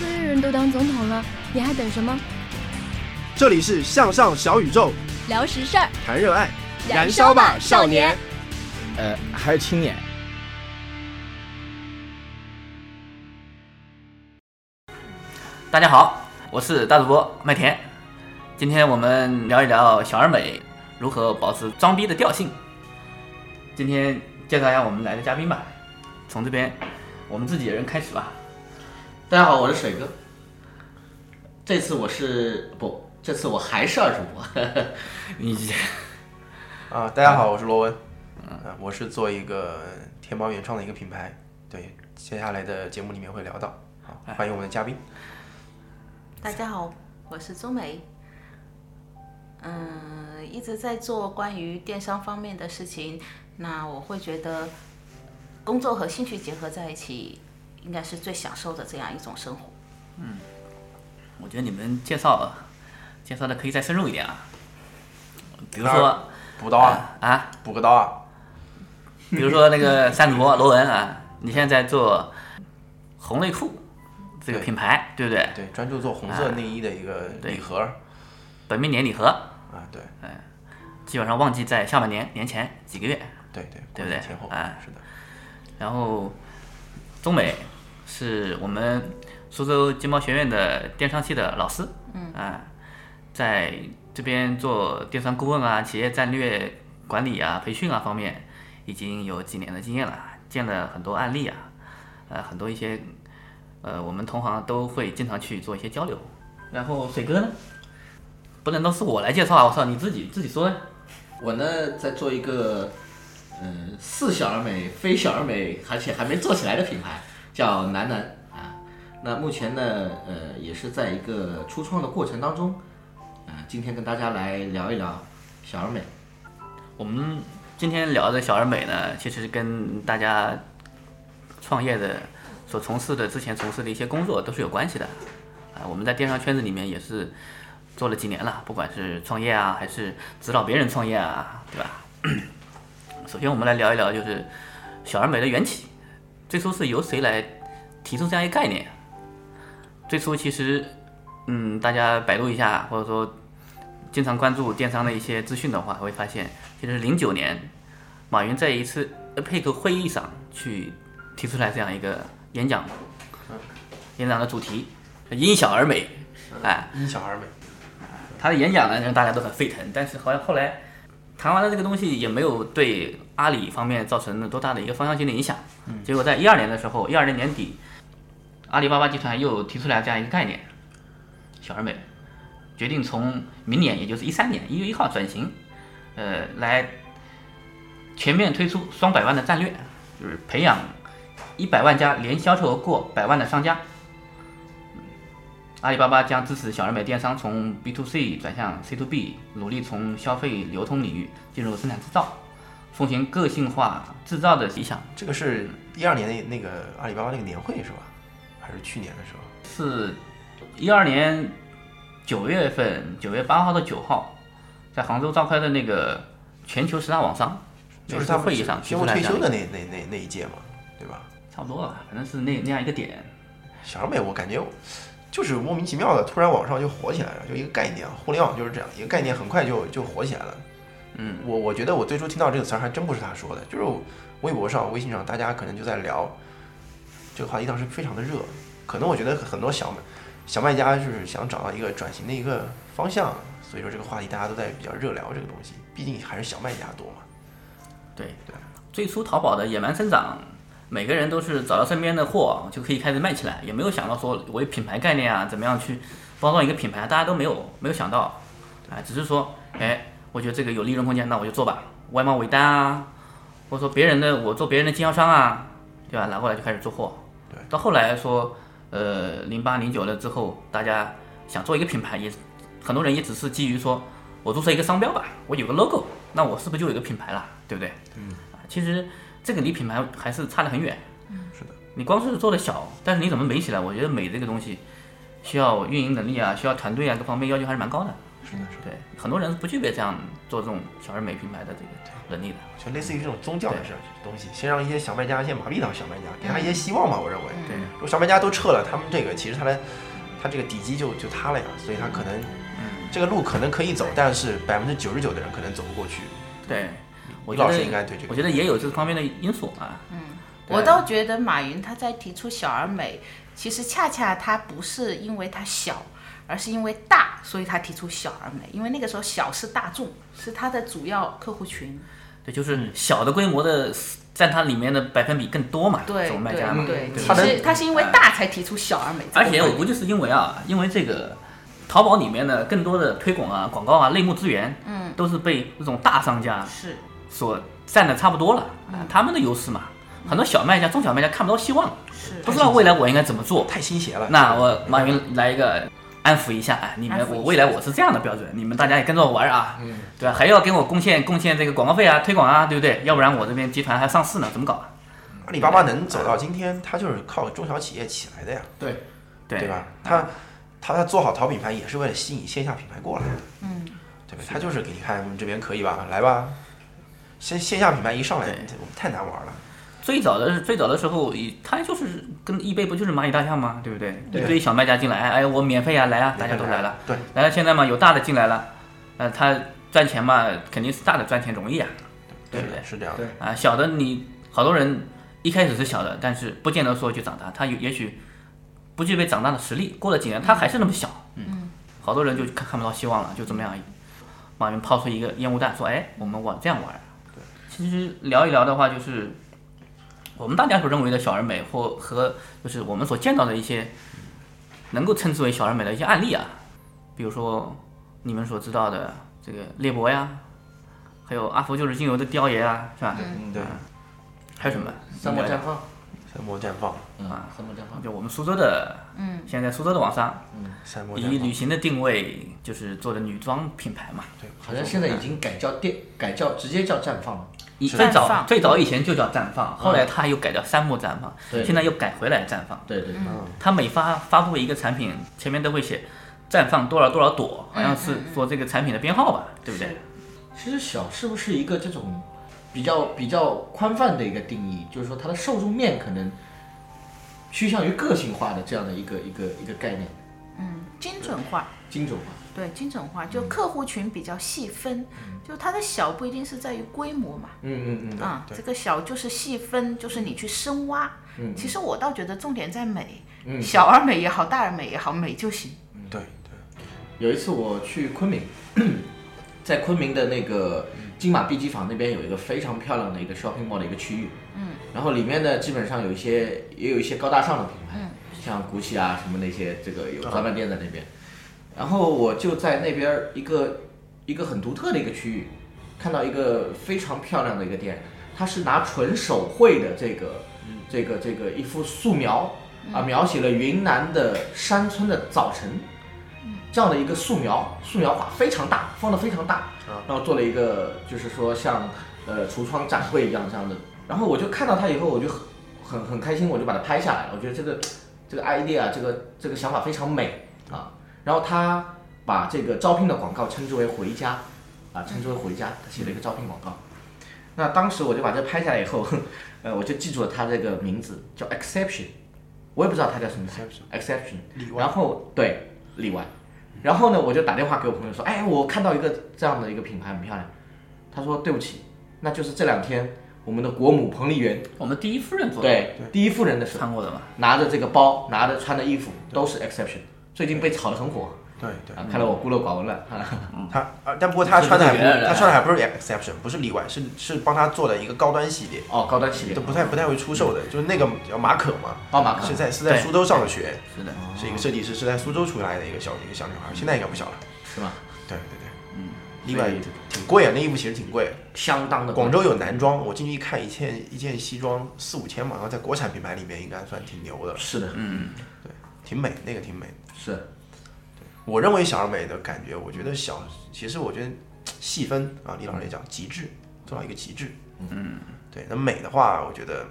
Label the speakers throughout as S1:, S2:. S1: 黑人都当总统了，你还等什么？
S2: 这里是向上小宇宙，
S1: 聊实事儿，
S2: 谈热爱，
S1: 燃烧吧少年！
S2: 呃，还有青年。
S3: 大家好，我是大主播麦田。今天我们聊一聊小而美如何保持装逼的调性。今天介绍一下我们来的嘉宾吧，从这边我们自己人开始吧。
S4: 大家好，我是水哥。这次我是不，这次我还是二主播。
S3: 你
S5: 啊，大家好，我是罗文，嗯、我是做一个天猫原创的一个品牌，对，接下来的节目里面会聊到，好，
S3: 哎
S5: 欢迎我们的嘉宾，
S6: 大家好，我是宗梅。嗯，一直在做关于电商方面的事情，那我会觉得工作和兴趣结合在一起，应该是最享受的这样一种生活。
S3: 嗯，我觉得你们介绍介绍的可以再深入一点啊，比如说
S5: 补刀啊
S3: 啊，
S5: 补个刀啊，
S3: 比如说那个三主播罗文啊，你现在在做红内裤这个品牌，对不对？
S5: 对，专注做红色内衣的一个
S3: 哎对
S5: 礼盒，
S3: 本命年礼盒
S5: 啊，对
S3: 哎，基本上旺季在下半年年前几个月，
S5: 对对，
S3: 对不对
S5: 过年前后
S3: 啊
S5: 是的，
S3: 然后，中美是我们苏州经贸学院的电商系的老师，
S6: 嗯
S3: 啊，在这边做电商顾问啊、企业战略管理啊、培训啊方面，已经有几年的经验了，见了很多案例啊，呃，很多一些呃，我们同行都会经常去做一些交流。然后水哥呢，不能都是我来介绍啊，我操，你自己自己说呀。
S4: 我呢，在做一个嗯、呃似小而美非小而美，而且还没做起来的品牌，叫楠楠啊。那目前呢，呃，也是在一个初创的过程当中，啊、今天跟大家来聊一聊小而美。
S3: 我们今天聊的小而美呢，其实跟大家创业的所从事的之前从事的一些工作都是有关系的。啊，我们在电商圈子里面也是做了几年了，不管是创业啊，还是指导别人创业啊，对吧？ 首先，我们来聊一聊就是小而美的缘起，最初是由谁来提出这样一个概念？最初其实，嗯，大家百度一下，或者说经常关注电商的一些资讯的话，会发现，其实零九年，马云在一次 APEC 会议上去提出来这样一个演讲，演讲的主题呃因小而美，哎，
S5: 因小而美，
S3: 他的演讲呢让大家都很沸腾，但是好像后来谈完了这个东西也没有对阿里方面造成多大的一个方向性的影响。结果在一二年的时候，一二年年底，阿里巴巴集团又提出来这样一个概念，小而美，决定从明年，也就是一三年一月一号转型，呃，来全面推出双百万的战略，就是培养一百万家年销售额过百万的商家。阿里巴巴将支持小而美电商从 B to C 转向 C to B，努力从消费流通领域进入生产制造，奉行个性化制造的理想。
S5: 这个是一二年的那个阿里巴巴那个年会是吧？还是去年的时候？
S3: 是一二年九月份，九月八号到九号，在杭州召开的那个全球十大网商，
S5: 就是他们
S3: 会议上提
S5: 宣
S3: 出
S5: 布
S3: 来
S5: 退
S3: 这样
S5: 休
S3: 一
S5: 的
S3: 个
S5: 那那那那一届嘛，对吧？
S3: 差不多吧，反正是那那样一个点。
S5: 小而美，我感觉就是莫名其妙的，突然网上就火起来了，就一个概念，互联网就是这样，一个概念很快就就火起来了。
S3: 嗯，
S5: 我我觉得我最初听到这个词儿还真不是他说的，就是微博上、微信上大家可能就在聊这个话题，当时非常的热。可能我觉得很多小美小卖家就是想找到一个转型的一个方向，所以说这个话题大家都在比较热聊这个东西，毕竟还是小卖家多嘛。
S3: 对对，最初淘宝的野蛮生长，每个人都是找到身边的货就可以开始卖起来，也没有想到说我有品牌概念啊，怎么样去包装一个品牌，大家都没有没有想到，啊，只是说，哎，我觉得这个有利润空间，那我就做吧，外贸尾单啊，或者说别人的我做别人的经销商啊，对吧？拿过来就开始做货，
S5: 对，
S3: 到后来说，呃，零八零九了之后，大家想做一个品牌也，很多人也只是基于说我注册一个商标吧，我有个 logo，那我是不是就有一个品牌了，对不对？
S5: 嗯，
S3: 啊，其实这个离品牌还是差得很远。
S5: 嗯，是的。
S3: 你光是做的小，但是你怎么美起来？我觉得美这个东西，需要运营能力啊，需要团队啊，各方面要求还是蛮高的。
S5: 是的，是的。
S3: 对，很多人不具备这样做这种小而美品牌的这个能力的。
S5: 就类似于这种宗教的事儿东西，先让一些小卖家先麻痹到小卖家，给他一些希望吧。我认为，
S3: 对，
S5: 如果小卖家都撤了，他们这个其实他的他这个底基就就塌了呀，所以他可能这个路可能可以走，但是百分之九十九的人可能走不过去。
S3: 对，我
S5: 李
S3: 觉
S5: 老
S3: 得
S5: 师应该对这个，
S3: 我觉得也有这方面的因素啊。
S6: 嗯，
S3: 对
S6: 我倒觉得马云他在提出小而美，其实恰恰他不是因为他小，而是因为大，所以他提出小而美。因为那个时候小是大众，是他的主要客户群。
S3: 对，就是小的规模的占它里面的百分比更多嘛，
S6: 对
S3: 这种卖
S6: 对
S3: 家嘛，
S6: 对，
S3: 吧
S6: 其实他是因为大才提出小而美。
S3: 而且我估计是因为啊，因为这个淘宝里面的更多的推广啊、广告啊、类目资源，
S6: 嗯
S3: 都是被这种大商家
S6: 是
S3: 所占的差不多了，啊他们的优势嘛。很多小卖家、中小卖家看不到希望，
S6: 是嗯
S3: 不知道未来我应该怎么做，
S5: 太新邪了。
S3: 那我马云来一个安抚一下，哎，你
S6: 安
S3: 们
S6: 抚一下
S3: 我未来我是这样的标准，你们大家也跟着我玩啊，对吧？还要给我贡献贡献这个广告费啊、推广啊，对不对？要不然我这边集团还上市呢，怎么搞啊？
S5: 阿里巴巴能走到今天，它就是靠中小企业起来的呀。
S4: 对，
S3: 对
S5: 对吧？它它它做好淘品牌也是为了吸引线下品牌过来的，
S6: 嗯，
S5: 对吧？它就是给你看我们这边可以吧，来吧。线线下品牌一上来，我们太难玩了。
S3: 最早的最早的时候，以它就是跟易贝不就是蚂蚁大象吗？对不对？
S5: 对
S3: 一堆小卖家进来，哎，我免费啊，来啊，大家都来了。对，来了现在嘛，有大的进来了，呃，他赚钱嘛，肯定是大的赚钱容易啊，对不对？
S5: 是这样的对
S3: 啊，小的你好多人一开始是小的，但是不见得说去长大，他有也许不具备长大的实力，过了几年他还是那么小，
S6: 嗯，
S3: 好多人就看看不到希望了，就这么样而已。马云抛出一个烟雾弹，说：“哎，我们往这样玩。”其实聊一聊的话，就是我们大家所认为的小而美，或和就是我们所见到的一些能够称之为小而美的一些案例啊，比如说你们所知道的这个猎博呀，还有阿福就是精油的雕爷啊，是吧？
S5: 嗯对
S3: 还有什么？
S4: 三
S3: 你
S4: 国
S3: 们聊
S4: 绽
S3: 聊
S4: 放，
S5: 三魔绽放
S3: 啊，
S4: 三魔绽放
S3: 就我们苏州的，
S4: 嗯
S3: 现在苏州的网商，
S4: 嗯
S5: 三魔绽放
S3: 以旅行的定位就是做的女装品牌嘛，
S5: 对，
S4: 好像现在已经改叫店，改叫直接叫绽放了。
S3: 以
S4: 是
S3: 最
S4: 绽
S3: 早
S4: 放
S3: 最早以前就叫绽放，
S4: 嗯
S3: 后来它又改叫杉木绽放，
S4: 对
S3: 现在又改回来绽放。
S4: 对对对嗯
S3: 它每发发布一个产品，前面都会写绽放多少多少朵，好
S4: 嗯
S3: 像是说这个产品的编号吧，对不对？
S4: 其实小是不是一个这种比较比较宽泛的一个定义？就是说它的受众面可能趋向于个性化的这样的一个一个一个概念，
S6: 嗯，精准化。
S4: 精准化。
S6: 对，精准化就客户群比较细分，
S3: 嗯
S6: 就它的小不一定是在于规模嘛，
S4: 嗯嗯嗯
S6: 啊，这个小就是细分，就是你去深挖。
S4: 嗯
S6: 其实我倒觉得重点在美，
S4: 嗯
S6: 小而美也好，大而美也好，美就行。
S5: 对
S4: 对。有一次我去昆明， 在昆明的那个金马碧鸡坊那边有一个非常漂亮的一个 shopping mall 的一个区域，
S6: 嗯
S4: 然后里面呢基本上有一些也有一些高大上的品牌，
S6: 嗯
S4: 像古奇啊什么那些，这个有专卖店在那边。然后我就在那边儿一个一个很独特的一个区域，看到一个非常漂亮的一个店，它是拿纯手绘的这个这个这个一幅素描啊，
S7: 嗯
S4: 描写了云南的山村的早晨
S7: 嗯，
S4: 这样的一个素描，素描画非常大，放的非常大，然后做了一个就是说像呃橱窗展柜一样这样的。然后我就看到它以后，我就很很很开心，我就把它拍下来了。我觉得这个这个 idea 这个这个想法非常美啊。然后他把这个招聘的广告称之为“回家”，啊，称之为“回家”，他写了一个招聘广告。那当时我就把这拍下来以后， 呃，我就记住了他这个名字叫 Exception，我也不知道他叫什么 Exception，然后对例外，然后呢，我就打电话给我朋友说，哎，我看到一个这样的一个品牌很漂亮，他说对不起，那就是这两天我们的国母彭丽媛，
S3: 我们第一夫人做的
S4: 对第一夫人的时候
S3: 穿过的嘛，
S4: 拿着这个包，拿着穿的衣服都是 Exception，最近被炒得很火。
S5: 对对
S4: 啊，看来我孤陋寡闻了。
S3: 嗯
S5: 他啊，但不过 他穿的还不是，他穿的还不是 exception，不是例外，是是帮他做的一个高端系列。
S4: 哦，高端系列，
S5: 都不太不太会出售的，就是那个叫马可嘛。
S4: 哦马可
S5: 是在是在苏州上的学，
S4: 是的，
S5: 是一个设计师，是在苏州出来的一个小一个小女孩，现在应该不小了。
S4: 是吗？
S5: 对对对，
S4: 嗯，
S5: 另外挺贵啊，那衣服其实挺贵，
S4: 相当的贵
S5: 广州有男装，我进去一看，一件一件西装四五千嘛，然后在国产品牌里面应该算挺牛的。
S4: 是的，嗯，
S5: 对，挺美，那个挺美的。
S4: 是，对，
S5: 我认为小而美的感觉，我觉得小，其实我觉得细分啊，李老师也讲极致，做到一个极致。
S4: 嗯，
S5: 对，那美的话，我觉得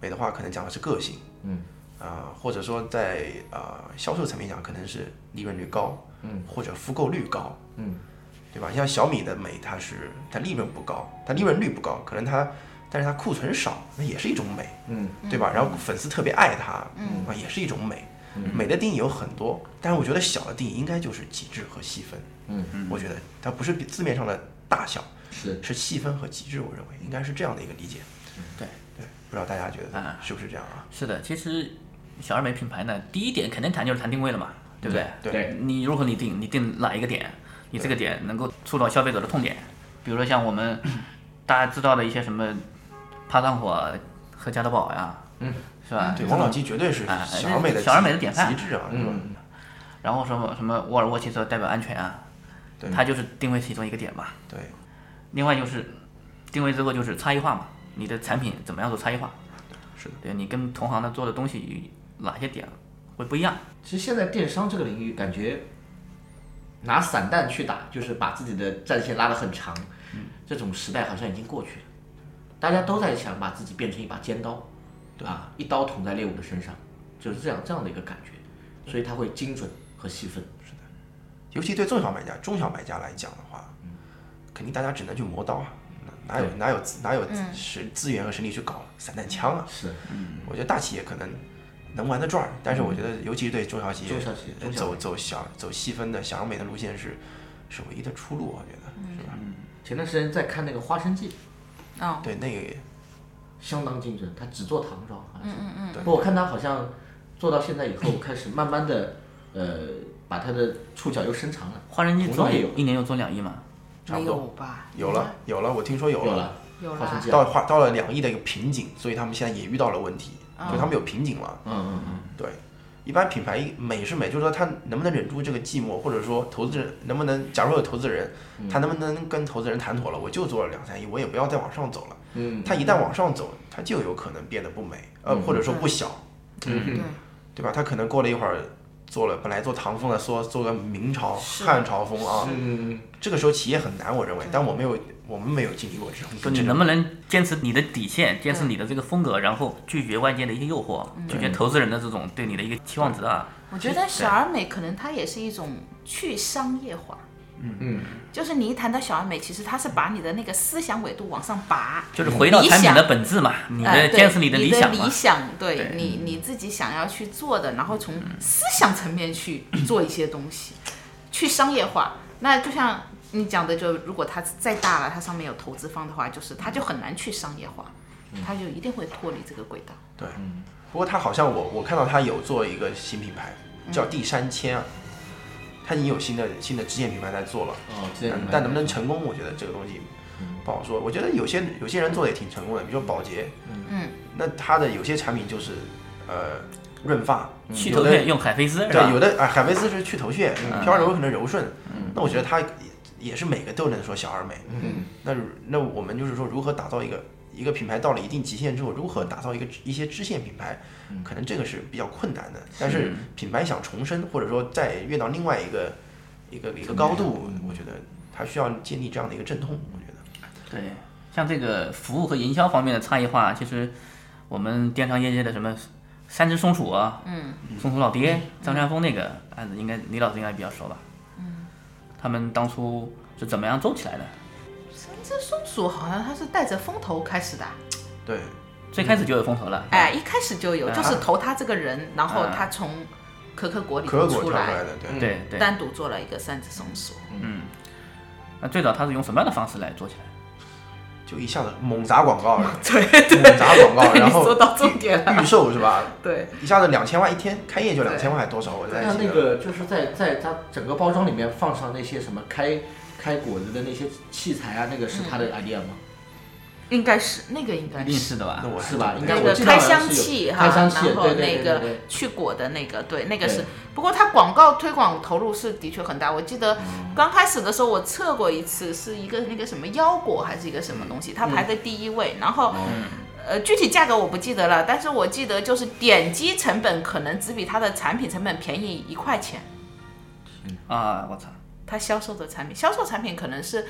S5: 美的话可能讲的是个性，
S4: 嗯，
S5: 啊、或者说在啊、销售层面讲，可能是利润率高，
S4: 嗯
S5: 或者复购率高，
S4: 嗯，
S5: 对吧？像小米的美，它是它利润不高，它利润率不高，可能它但是它库存少，那也是一种美，
S4: 嗯
S5: 对吧？然后粉丝特别爱它，
S4: 嗯
S5: 啊，也是一种美。
S4: 嗯
S5: 美的定义有很多，但是我觉得小的定义应该就是极致和细分。
S4: 嗯嗯
S5: 我觉得它不是比字面上的大小，
S4: 是
S5: 是细分和极致，我认为应该是这样的一个理解。
S3: 对
S5: 对，不知道大家觉得是不是这样啊？
S3: 是的，其实小而美品牌呢，第一点肯定谈就是谈定位了嘛，对不
S5: 对
S3: 对？
S5: 对
S3: 你如何你定，你定哪一个点，你这个点能够触到消费者的痛点，比如说像我 们大家知道的一些什么怕上火和家得宝呀，
S5: 嗯，
S3: 是吧？
S5: 对，王老吉绝对是
S3: 哎
S5: 小而美的
S3: 小而美的典范，
S5: 极致啊，是吧？
S3: 嗯。然后什么什么沃尔沃汽车代表安全啊，
S5: 对
S3: 它就是定位其中一个点嘛。
S5: 对。
S3: 另外就是定位之后就是差异化嘛，你的产品怎么样做差异化？
S5: 是的。
S3: 对你跟同行的做的东西哪些点会不一样？
S4: 其实现在电商这个领域，感觉拿散弹去打，就是把自己的战线拉得很长，
S5: 嗯
S4: 这种时代好像已经过去了。大家都在想把自己变成一把尖刀，对吧？一刀捅在猎物的身上，就是这样这样的一个感觉，所以它会精准和细分。是的，
S5: 尤其对中小买家、中小买家来讲的话，肯定大家只能去磨刀啊，嗯哪哪有
S4: 对
S5: 哪有哪有
S4: 嗯
S5: 实资源和实力去搞散弹枪啊？
S4: 是，
S5: 我觉得大企业可能能玩得转，但是我觉得尤其是对中小企业，
S4: 中小企业
S5: 呃
S4: 中小
S5: 走
S4: 美
S5: 走小走细分的小而美的路线是是唯一的出路，我觉得、是吧？
S4: 前段时间在看那个《花生记》，
S6: 哦，
S5: 对，那个也
S4: 相当精准，他只做糖是吧？好像
S6: 嗯
S4: 是
S6: 嗯嗯
S4: 不过我看他好像做到现在以后，开始慢慢的，呃，把他的触角又伸长了。
S3: 花生
S4: 红烧也有，
S3: 一年有做两亿吗？
S5: 差不多
S6: 没有吧
S5: 有了，有了，我听说有
S4: 有
S5: 了
S4: 了，
S6: 有了花生酱
S5: 到花到了两亿的一个瓶颈，所以他们现在也遇到了问题，
S6: 嗯
S5: 就他们有瓶颈了。
S4: 嗯嗯嗯，
S5: 对。一般品牌美是美，就是说他能不能忍住这个寂寞，或者说投资人能不能，假如有投资人，
S4: 嗯
S5: 他能不能跟投资人谈妥了，我就做了两三亿，我也不要再往上走了。
S4: 嗯
S5: 他一旦往上走，他就有可能变得不美，呃，
S4: 嗯
S5: 或者说不小，
S4: 嗯
S5: 对吧？他可能过了一会儿，做了本来做唐风的，说做个明朝、汉朝风啊，
S4: 嗯，
S5: 这个时候企业很难，我认为，但我没有，我们没有经历过这种。
S3: 就你能不能坚持你的底线，坚持你的这个风格，然后拒绝外界的一些诱惑，
S6: 嗯
S3: 拒绝投资人的这种对你的一个期望值啊。
S6: 我觉得小而美可能它也是一种去商业化，
S3: 嗯
S4: 嗯，
S6: 就是你一谈到小而美，其实它是把你的那个思想维度往上拔，
S3: 就是回到产品的本质嘛，你
S6: 哎
S3: 的
S6: 对
S3: 坚持你的
S6: 理
S3: 理想嘛。
S6: 想对你你自己想要去做的，然后从思想层面 去做一些东西，去商业化。那就像你讲的，就如果它再大了，它上面有投资方的话，就是它就很难去商业化，它就一定会脱离这个轨道。
S5: 对，嗯不过他好像我我看到他有做一个新品牌，叫
S6: 嗯
S5: 地山千啊，他已经有新的新的支线品牌在做了。
S4: 嗯哦支线
S5: 嗯
S4: 品牌嗯
S5: 但能不能成功，我觉得这个东西不好说。我觉得有些有些人做的也挺成功的，比如说宝洁，
S6: 嗯，
S5: 那它的有些产品就是呃润发、有
S3: 嗯去头
S5: 的
S3: 屑用海飞丝是吧
S5: 对，有的啊海飞丝是去头屑，
S3: 嗯
S5: 飘柔可能柔顺。
S6: 嗯
S5: 那我觉得它也也是每个都能说小而美。
S4: 嗯，
S5: 那如那我们就是说如何打造一个一个品牌到了一定极限之后，如何打造一个一些支线品牌，
S6: 嗯
S5: 可能这个是比较困难的。但是
S4: 嗯
S5: 品牌想重生，或者说再跃到另外一个一个一个高度，
S6: 嗯
S5: 我觉得它需要建立这样的一个阵痛。我觉得
S3: 对，像这个服务和营销方面的差异化，其实我们电商业界的什么三只松鼠啊，
S6: 嗯，
S3: 松鼠老爹、张三丰那个案子，应该李老师应该比较熟吧？
S6: 嗯，
S3: 他们当初是怎么样做起来的？
S6: 这松鼠好像它是带着风投开始的啊，
S5: 对，
S3: 最开始就有风投了。
S6: 嗯哎，一开始就有，
S3: 啊
S6: 就是投他这个人，然后
S3: 啊
S6: 他从可可果里
S3: 可可果
S6: 出嗯
S3: 跳出来的对对对
S6: 单独做了一个三只松鼠，
S3: 嗯，那最早他是用什么样的方式来做起来？
S5: 就一下子猛砸广告，
S6: 对
S5: 猛砸广告，
S6: 对
S5: 然后
S6: 说到重点了
S5: 预售是吧？
S6: 对，
S5: 一下子两千万一天，开业就两千万还多少？我在
S4: 那
S5: 记
S4: 那
S5: 得
S4: 个就是在在它整个包装里面放上那些什么开开果子的那些器材啊，那个是他的
S6: 嗯
S4: idea 吗？
S6: 应该是那个应该
S4: 一定
S6: 是
S4: 是的吧那我还
S6: 是
S4: 是吧应该
S6: 那
S4: 我
S6: 个
S4: 记得好
S6: 开
S4: 像
S6: 箱
S4: 是
S6: 器
S4: 有
S6: 哈，
S4: 开箱器
S6: 然后
S4: 对对
S6: 那
S4: 对
S6: 个
S4: 对对
S6: 去果的那个，对，那个
S4: 对
S6: 是。不过它广告推广投入是的确很大，我记得
S4: 嗯
S6: 刚开始的时候我测过一次，是一个那个什么腰果还是一个什么东西，它
S4: 嗯
S6: 排在第一位，然
S4: 哦
S6: 后。呃，具体价格我不记得了，但是我记得就是点击成本可能只比它的产品成本便宜一块钱。
S3: 啊，我操！
S6: 它销售的产品，销售产品可能是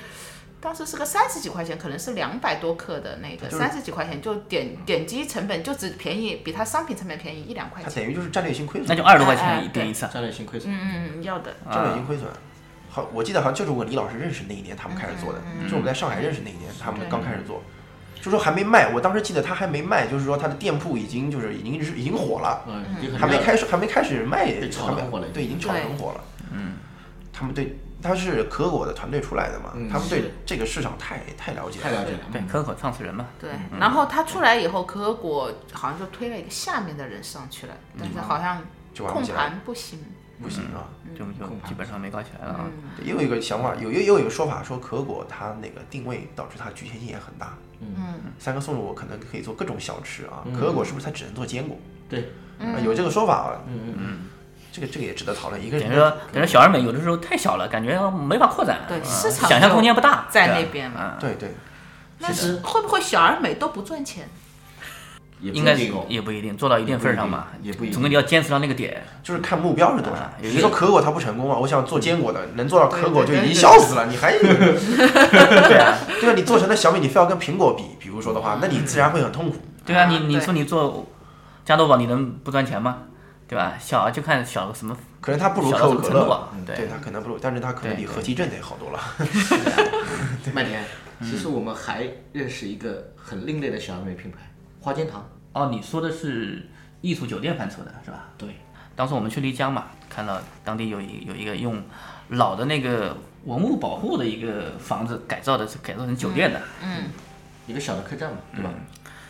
S6: 当时是个三十几块钱，可能是两百多克的那个
S5: 就是
S6: 三十几块钱，就点点击成本就只便宜比它商品成本便宜一两块
S5: 它
S6: 钱。
S5: 等于就是战略性亏损，
S3: 那就20多块
S6: 哎哎
S3: 钱一点一次，
S4: 战略性亏损，
S6: 嗯嗯，要的。
S5: 战略性亏损。好，我记得好像就是我李老师认识那一年他们开始
S4: 嗯
S5: 做的，就是我们在上海认识那一年他们刚开始做，就说还没卖，我当时记得他还没卖，就是说他的店铺已经就是已经已经火了，
S4: 嗯已经很
S5: 还没
S4: 热
S5: 开始还没开始卖，
S4: 被炒得
S5: 还没
S4: 很火了已经
S5: 对，已经炒得很火了。
S4: 嗯，
S5: 他们对他是可口的团队出来的嘛，
S3: 嗯
S5: 他们对
S3: 是
S5: 这个市场太太了解了，
S3: 太了解了对可口创始人嘛
S6: 对
S3: 嗯，
S6: 然后它出来以后，可可果好像就推了一个下面的人上去了，但是好像
S5: 嗯就玩不
S6: 控
S5: 起来
S6: 盘不行。
S5: 不行啊，
S4: 嗯
S3: 就就基本上没搞起来了啊。
S6: 嗯
S5: 对也有一个想法，有也有一个说法说可果它那个定位导致它局限性也很大。
S6: 嗯，
S5: 三哥送了我可能可以做各种小吃啊，
S4: 嗯
S5: 可可果是不是它只能做坚果？
S4: 对
S5: 啊
S4: 嗯
S5: 有这个说法啊。
S4: 嗯嗯嗯，
S5: 这个这个也值得讨论。一个
S3: 等
S5: 是
S3: 于说，等于说小而美有的时候太小了，感觉没法扩展，
S6: 对
S3: 啊
S6: 市场
S3: 想象空间不大，
S6: 就在
S3: 对
S6: 那边嘛
S3: 啊
S5: 对对，
S6: 那是会不会小而美都不赚钱？
S4: 也不
S3: 应该
S4: 一定哦
S3: 也不一定做到一定份儿上嘛，
S4: 也不一定也不一定
S3: 总归你要坚持到那个点。
S5: 就是看目标是多少
S3: 啊。有
S5: 你
S3: 些
S5: 说可果它不成功啊，我想做坚果的，能做到可果就
S3: 对对
S5: 已经
S3: 对对
S5: 笑死了，你还 对啊，就是你做成了小米，你非要跟苹果比，比如说的话，
S3: 嗯
S5: 那你自然会很痛苦。
S3: 对啊，你你说你做加多宝，你能不赚钱吗？对吧？小啊就看小到什么，
S5: 可能它不如
S3: 小
S5: 可
S3: 到
S5: 口
S3: 什么
S5: 可
S3: 程度
S5: 乐
S3: 啊，
S5: 嗯
S3: 对
S5: 它可能不如，但是它可能比和记正得好多了。
S4: 麦田，其实
S5: 嗯
S4: 我们还认识一个很另类的小而美品牌——花间堂。
S3: 哦，你说的是艺术酒店范畴的是吧？
S4: 对，
S3: 当时我们去丽江嘛，看到当地有一有一个用老的那个文物保护的一个房子改造的，是改造成酒店的，
S6: 嗯，
S4: 一个小的客栈嘛，
S3: 嗯
S4: 对吧？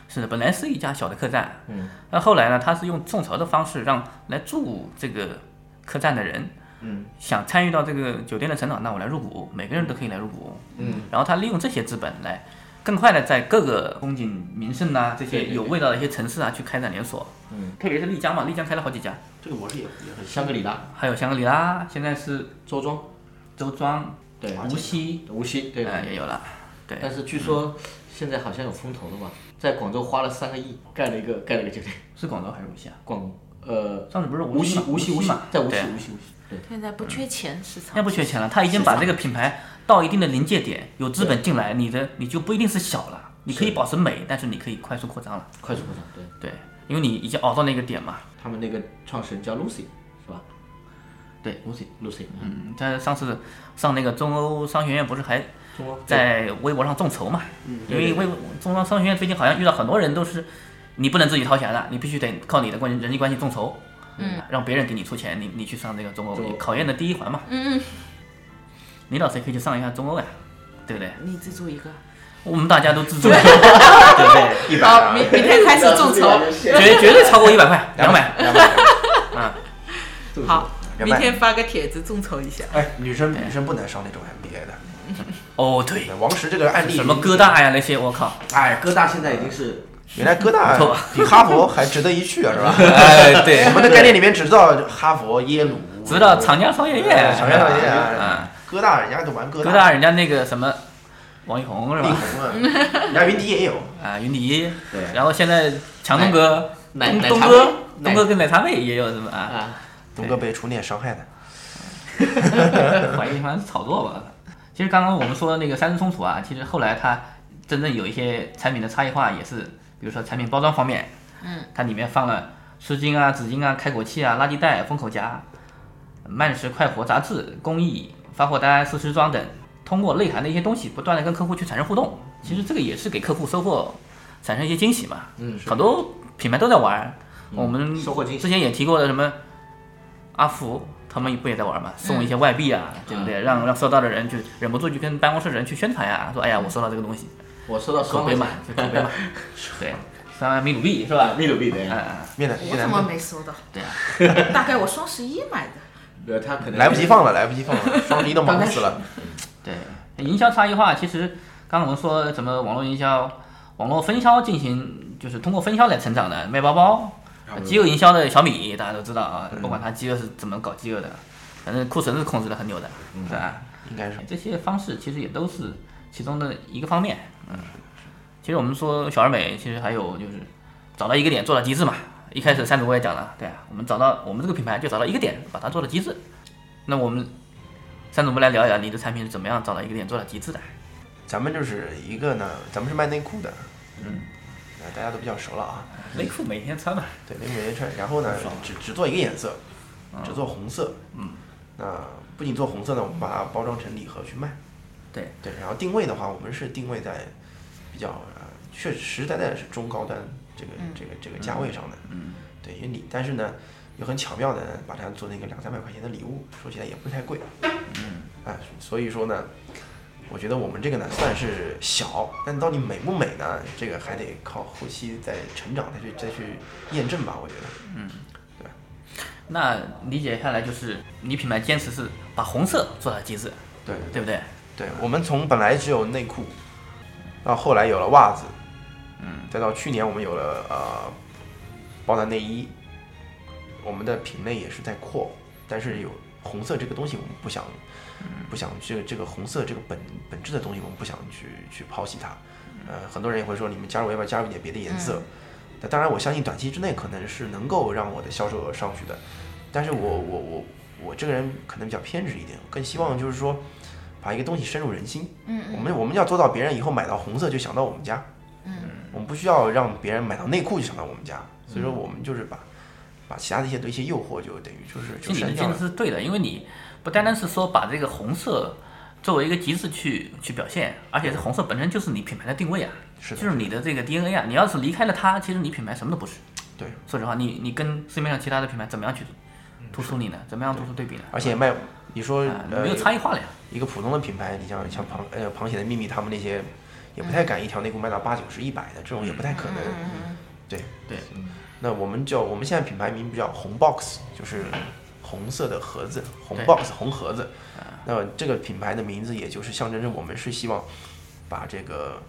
S3: 是的，本来是一家小的客栈，
S4: 嗯，
S3: 那后来呢，他是用种草的方式让来住这个客栈的人，
S4: 嗯，
S3: 想参与到这个酒店的成长，那我来入股，每个人都可以来入股，
S4: 嗯
S3: 然后他利用这些资本来更快的在各个风景名胜呐、这
S4: 对
S3: 些
S4: 对对
S3: 有味道的一些城市啊去开展连锁，
S4: 嗯，
S3: 特别是丽江嘛，丽江开了好几家，
S5: 这个模式也也很
S4: 香格里拉，
S3: 还有香格里拉，现在是
S4: 周庄，
S3: 周庄，
S4: 对，
S3: 无锡，
S4: 无锡对
S3: 哎也嗯有了，对，
S4: 但是据说现在好像有风投了吧，在广州花了三个亿盖了一个盖了一个酒店，
S3: 是广州还是无锡啊？
S4: 广呃，
S3: 上次不是
S4: 无锡
S3: 无
S4: 锡
S3: 锡
S4: 无
S3: 嘛
S4: 在无锡
S3: 对
S4: 无锡无锡，对，
S6: 现在不缺钱，市
S5: 嗯
S6: 场
S3: 那不缺钱了，他已经把这个品牌到一定的临界点，有资本进来，你的你就不一定是小了，你可以保持美，但是你可以快速扩张了，
S4: 快速扩张，对。
S3: 对，因为你已经熬到那个点嘛。
S4: 他们那个创始人叫 Lucy 是吧？
S3: 对
S4: ，Lucy Lucy，嗯，
S3: 嗯，他上次上那个中欧商学院不是还
S4: 中欧对
S3: 在微博上众筹嘛？
S4: 嗯
S3: 因
S4: 对
S3: 为
S4: 对对
S3: 微中欧商学院最近好像遇到很多人都是，你不能自己掏钱了，你必须得靠你的关人际关系众筹，
S6: 嗯
S3: 让别人给你出钱，你你去上这个中欧
S6: 中欧
S3: 考验的第一环嘛。
S6: 嗯嗯，
S3: 你老师也可以去上一下中欧呀，对不对？
S6: 你资助一个。
S3: 我们大家都自助，对不对？
S5: 100啊好明明天开始众 筹
S3: 绝绝对超过一百块，两百，
S5: 两百，
S3: 啊，
S6: 好，
S5: 两
S6: 明
S5: 百
S6: 天发个帖子众筹一下。
S5: 哎，女生女生不能上那种 MBA 的。
S3: 哦，对，
S5: 王石这个案例，
S3: 什么哥大呀那些，我靠，
S5: 哎，哥大现在已经是原来哥大
S3: 不错吧
S5: 比哈佛还值得一去啊，是吧？
S3: 哎对
S5: 我们的概念里面只知道哈佛、耶鲁，
S3: 知道长江商学院，
S5: 长江商学院
S3: 啊，
S5: 哥大人家都玩哥
S3: 哥大人家那个什么王力宏是吧？
S5: 力宏啊人家云迪也有
S3: 啊，云迪，
S4: 对，
S3: 然后现在强东哥、
S5: 奶
S3: 东
S5: 奶
S3: 东
S5: 茶
S3: 哥
S5: 妹、
S3: 东哥跟奶茶妹也有什么啊？
S5: 东哥被初恋伤害的，
S3: 怀疑好像是炒作吧。其实刚刚我们说的那个三只松鼠啊，其实后来它真正有一些产品的差异化，也是比如说产品包装方面，
S6: 嗯
S3: 它里面放了湿巾啊、纸巾啊、开口器啊、垃圾袋、封口夹、慢食快活杂志、公益发货单、试吃装等，通过内涵的一些东西，不断的跟客户去产生互动。其实这个也是给客户收获产生一些惊喜嘛。
S4: 嗯是
S3: 很多品牌都在玩。
S4: 嗯
S3: 我们
S4: 收获惊喜
S3: 之前也提过的什么阿福，他们不也在玩嘛？送一些嗯嗯外币啊，对不对？让让收到的人就忍不住就跟办公室的人去宣传呀、说哎呀，我收到这个东西。
S4: 我收到
S3: 口碑嘛，就口 碑嘛，对，三万米鲁币是吧？哎
S4: 秘鲁币的，
S5: 面的
S6: 我怎么没收到？
S3: 嗯对啊，
S6: 大概我双十一买的。
S4: 呃，他可能
S5: 来不及放了，来不及放了，双十一都忙死 了。
S3: 对，营销差异化其实刚刚我们说怎么网络营销、网络分销进行，就是通过分销来成长的，卖包包。啊饥饿营销的小米大家都知道啊，不管它饥饿是怎么搞饥饿的，反正库存是控制的很牛的，对吧？
S5: 应该是
S3: 这些方式其实也都是其中的一个方面。嗯，其实我们说小而美，其实还有就是找到一个点做到极致嘛。一开始三主播也讲了，对啊，我们找到我们这个品牌就找到一个点，把它做到极致。那我们三主播来聊一聊你的产品是怎么样找到一个点做到极致的。
S5: 咱们就是一个呢，咱们是卖内裤的，嗯，呃大家都比较熟了啊。
S3: 内裤每天穿嘛，
S5: 对，内裤每天穿，然后呢，只只做一个颜色，只做红色，
S3: 啊嗯，
S5: 那不仅做红色呢，我们把它包装成礼盒去卖，
S3: 对
S5: 对，然后定位的话，我们是定位在比较呃，确实实在在是中高端这个、这个这个价位上的，
S3: 嗯，
S5: 对，因为你但是呢，又很巧妙的把它做成一个两三百块钱的礼物，说起来也不是太贵，
S3: 嗯，
S5: 啊，所以说呢，我觉得我们这个呢算是小，但到底美不美呢，这个还得靠后期再成长，再去再去验证吧，我觉得，
S3: 嗯，那理解下来就是你品牌坚持是把红色做到极致，
S5: 对
S3: 对不对？
S5: 对，我们从本来只有内裤，到后来有了袜子，
S3: 嗯，
S5: 再到去年我们有了呃包暖内衣，我们的品类也是在扩，但是有红色这个东西我们不想，不想这个这个红色这个本本质的东西我们不想去去抛弃它，呃，很多人也会说你们加入要不要加入一点别的颜色？那当然，我相信短期之内可能是能够让我的销售额上去的，但是我我我我这个人可能比较偏执一点，更希望就是说把一个东西深入人心。
S6: 嗯嗯
S5: 我们我们要做到别人以后买到红色就想到我们家，
S6: 嗯
S5: 我们不需要让别人买到内裤就想到我们家，所以说我们就是把把其他的一些的一些诱惑就等于就是
S3: 其
S5: 就
S3: 实你
S5: 删
S3: 的
S5: 掉
S3: 坚
S5: 了
S3: 持。是对的，因为你不单单是说把这个红色作为一个极致去去表现，而且这红色本身就是你品牌的定位啊，
S5: 是
S3: 就是你的这个 DNA 啊。你要是离开了它，其实你品牌什么都不是。
S5: 对，
S3: 说实话，你你跟市面上其他的品牌怎么样去突出你呢？怎么样突出对比呢？
S5: 嗯而且卖，你说、呃
S3: 啊没有差异化了呀。
S5: 一个普通的品牌，你像像螃呃螃蟹的秘密他们那些，也不太敢一条内裤卖到八九十、一百的，这种也不太可能。对
S3: 对，
S5: 那我们叫我们现在品牌名不叫红 box，就是红色的盒子，红
S3: 对
S5: box 红盒子。那么这个品牌的名字也就是象征着我们是希望把这个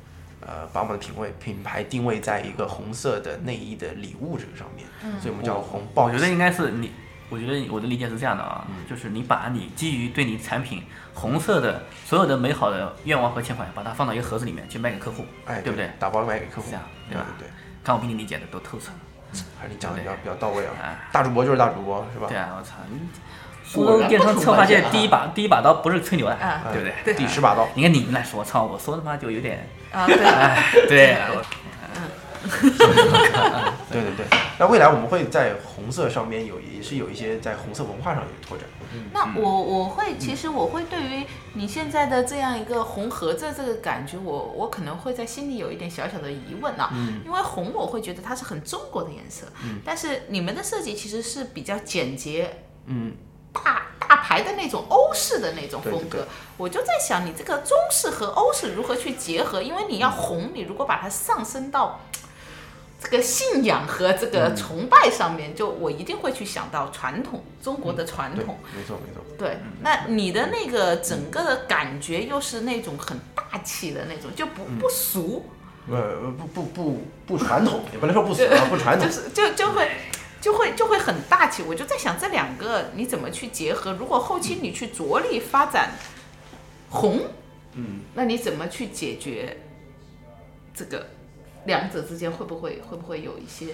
S5: 呃把我们的品味品牌定位在一个红色的内衣的礼物这个上面，所以我们叫红 box。
S3: 我觉得应该是你，我觉得我的理解是这样的啊，
S5: 嗯
S3: 就是你把你基于对你产品红色的所有的美好的愿望和情怀，把它放到一个盒子里面去卖给客户，
S5: 哎
S3: 对不对？
S5: 打包卖给客户，
S3: 这样
S5: 对
S3: 吧？
S5: 对对。
S3: 看我比你理解的都透彻。
S5: 还是你讲的比较比较到位啊，大主播就是大主播是吧？
S3: 对啊，我操，你苏
S5: 果
S3: 州
S5: 然
S3: 电商
S5: 不出
S3: 策划
S5: 版
S3: 界
S5: 社啊
S3: 第一把第一把刀不是吹牛的
S6: 啊，
S3: 对不对？
S6: 对
S5: 第十把刀。
S3: 你看你们来说，操，我说他妈就有点
S6: 啊对
S3: 哎对，
S5: 啊对对对，那未来我们会在红色上面有也是有一些在红色文化上有拓展。
S7: 嗯
S6: 那我我会，其实我会对于你现在的这样一个红盒子这个感觉，我我可能会在心里有一点小小的疑问啊，
S7: 嗯
S6: 因为红我会觉得它是很中国的颜色，
S7: 嗯
S6: 但是你们的设计其实是比较简洁，
S5: 嗯，
S6: 大大牌的那种欧式的那种风
S7: 对
S6: 格，
S7: 对对
S6: 我就在想你这个中式和欧式如何去结合，因为你要
S7: 嗯
S6: 红，你如果把它上升到这个信仰和这个
S5: 嗯
S6: 崇拜上面，就我一定会去想到传统中国
S7: 嗯
S6: 的传
S5: 对
S6: 统。，
S5: 没错没错。
S6: 对，那你的那个整个的感觉又是那种很大气的那种，就
S5: 嗯
S6: 不不俗，
S5: 呃不不不不传统，也不能说不俗啊，不传统
S6: 就。是就就会就会就会很大气。我就在想这两个你怎么去结合？如果后期你去着力发展红，
S5: 嗯，
S6: 那你怎么去解决这个两者之间会不会会不会有一些？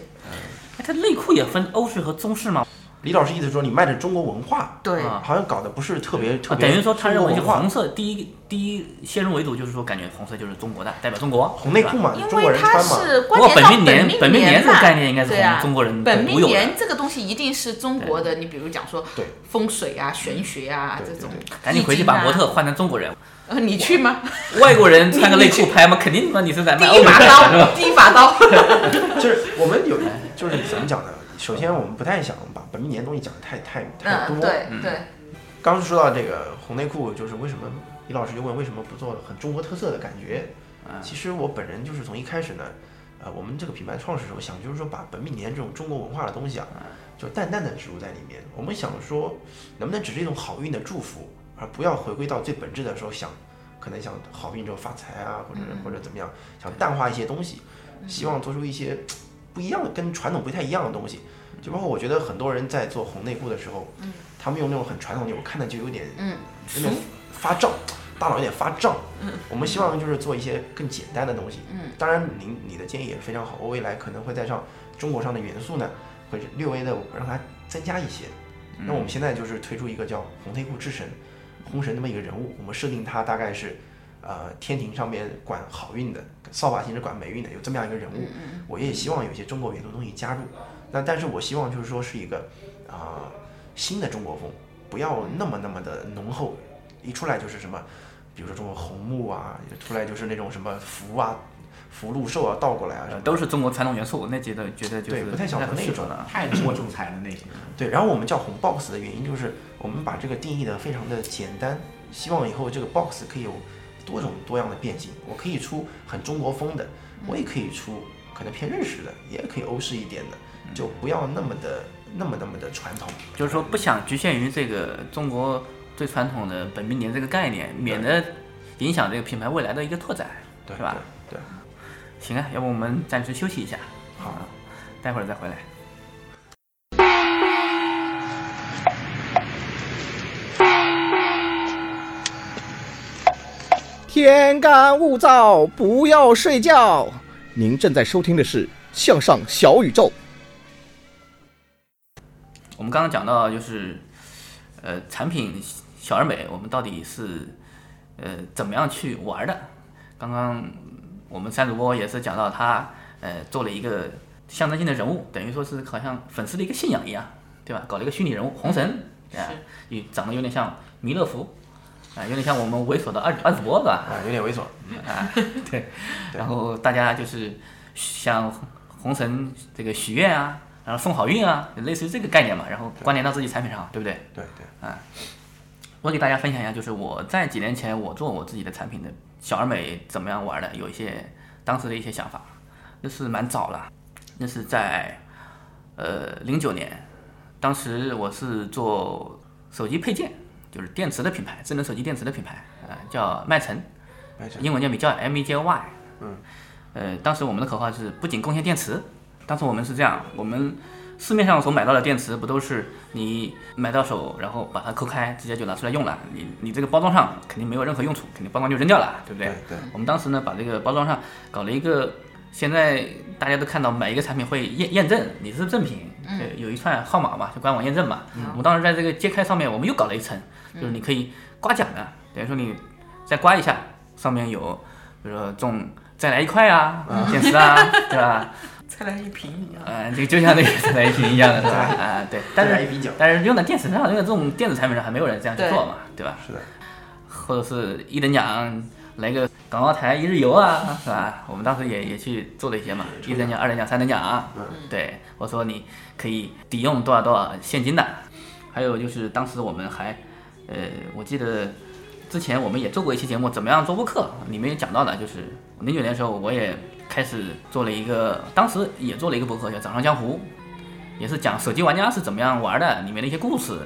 S3: 哎它内裤也分欧式和中式吗？
S5: 李老师意思说你卖的中国文化，
S6: 对
S5: 啊好像搞得不是特别特
S3: 啊，
S5: 别。
S3: 等于说他认为就
S5: 中国文化
S3: 红色第一第一先入为主，就是说感觉红色就是中国的，代表中国
S5: 红内裤嘛
S3: 对吧
S5: 因为中国人
S6: 它是
S3: 不
S6: 关
S3: 过
S6: 联
S3: 本
S6: 到
S3: 命年
S6: 本
S3: 命年
S6: 年
S3: 这个
S6: 嘛
S3: 概念应该是
S6: 对啊
S3: 红中国人
S6: 本
S3: 独
S6: 命
S3: 有的
S6: 年，这个东西一定是中国的。你比如讲说，
S5: 对
S6: 风水啊、玄学啊这种，啊
S3: 赶紧回去把模特换成中国人。
S6: 呃，你去吗？
S3: 外国人穿个内裤拍嘛，肯定他妈你是 在卖
S6: 第
S3: 欧
S6: 一
S3: 美
S6: 把
S3: 的是吧
S6: 刀，？第一把 刀。
S5: 就是我们有，就是怎么讲呢？首先，我们不太想把本命年东西讲的太太太多。
S6: 嗯，对 对，
S5: 刚说到这个红内裤，就是为什么李老师就问为什么不做很中国特色的感觉？其实我本人就是从一开始呢，呃，我们这个品牌创始时候想就是说把本命年这种中国文化的东西啊，就淡淡的植入在里面。我们想说，能不能只是一种好运的祝福，而不要回归到最本质的时候想，可能想好运之后发财啊，或者
S6: 嗯
S5: 或者怎么样，想淡化一些东西，希望做出一些不一样的、跟传统不太一样的东西。就包括我觉得很多人在做红内裤的时候，
S6: 嗯
S5: 他们用那种很传统的，我看的就有点
S6: 嗯，
S5: 有点发胀，大脑有点发胀。
S6: 嗯
S5: 我们希望就是做一些更简单的东西。
S6: 嗯
S5: 当然您你的建议也非常好，我未来可能会带上中国上的元素呢，会略微的让它增加一些。
S6: 嗯
S5: 那我们现在就是推出一个叫红内裤之神，红神那么一个人物，我们设定他大概是，呃，天庭上面管好运的，扫把星是管霉运的，有这么样一个人物。我也希望有一些中国元素东西加入，那但是我希望就是说是一个啊、新的中国风，不要那么那么的浓厚，一出来就是什么，比如说中国红木啊，出来就是那种什么福啊、福禄寿啊倒过来啊什么的，
S3: 都是中国传统元素，那觉得觉得就是
S5: 对，不太想
S3: 不
S5: 和那
S3: 适合
S5: 种
S3: 了，
S5: 彩的那种。对，然后我们叫红 box 的原因就是我们把这个定义的非常的简单，希望以后这个 box 可以有多种多样的变形。我可以出很中国风的，我也可以出可能偏日式的，也可以欧式一点的，就不要那么的那么那么的传统。
S3: 就是说不想局限于这个中国最传统的本命年这个概念，免得影响这个品牌未来的一个拓展，
S5: 对
S3: 是吧？
S5: 对。
S3: 行啊，要不我们暂时休息一下，
S5: 好，
S3: 待会儿再回来。
S7: 天干物燥，不要睡觉。您正在收听的是《向上小宇宙》。
S3: 我们刚刚讲到就是，呃，产品小而美，我们到底是呃怎么样去玩的？刚刚我们三主播也是讲到他呃做了一个象征性的人物，等于说是好像粉丝的一个信仰一样，对吧？搞了一个虚拟人物红神，啊，也长得有点像弥勒佛，啊，有点像我们猥琐的二二主播吧？
S5: 啊，有点猥琐，
S3: 啊，对。然后大家就是像红神这个许愿啊，然后送好运啊，类似于这个概念嘛，然后关联到自己产品上，对不对？
S5: 对对。
S3: 啊，我给大家分享一下，就是我在几年前我做我自己的产品的小而美怎么样玩的，有一些当时的一些想法，那是蛮早了，那是在呃零九年，当时我是做手机配件，就是电池的品牌，智能手机电池的品牌，啊、叫麦城，
S5: 麦城
S3: 英文叫米叫 M E J Y，
S5: 嗯，
S3: 呃，当时我们的口号是不仅贡献电池，当时我们是这样，我们市面上所买到的电池不都是你买到手，然后把它抠开，直接就拿出来用了，你你这个包装上肯定没有任何用处，肯定包装就扔掉了，对不对？
S5: 对。
S3: 我们当时呢，把这个包装上搞了一个，现在大家都看到买一个产品会验验证你是正品，
S8: 嗯
S3: 对，有一串号码嘛，就官网验证嘛。
S8: 嗯
S3: 我们当时在这个揭开上面，我们又搞了一层，就是你可以刮奖的，等于说你再刮一下，上面有，比如说中再来一块啊，电池 啊，对吧？
S6: 再来一瓶。
S3: 啊，就就像那个再来一瓶一样的，是吧？
S6: 再
S3: 啊，对，但
S6: 再来
S3: 是
S6: 一瓶酒
S3: 但是用在电池上，用在这种电子产品上，还没有人这样去做嘛，对吧？
S5: 是的。
S3: 或者是一等奖来个港澳台一日游啊，是吧？我们当时也也去做了一些嘛，一等奖、二等奖、三等奖啊。对，我说你可以抵用多少多少现金的，还有就是当时我们还，呃，我记得之前我们也做过一期节目，怎么样做播客，里面也讲到了，就是零九年的时候我也开始做了一个，当时也做了一个博客叫《掌上江湖》，也是讲手机玩家是怎么样玩的，里面的一些故事。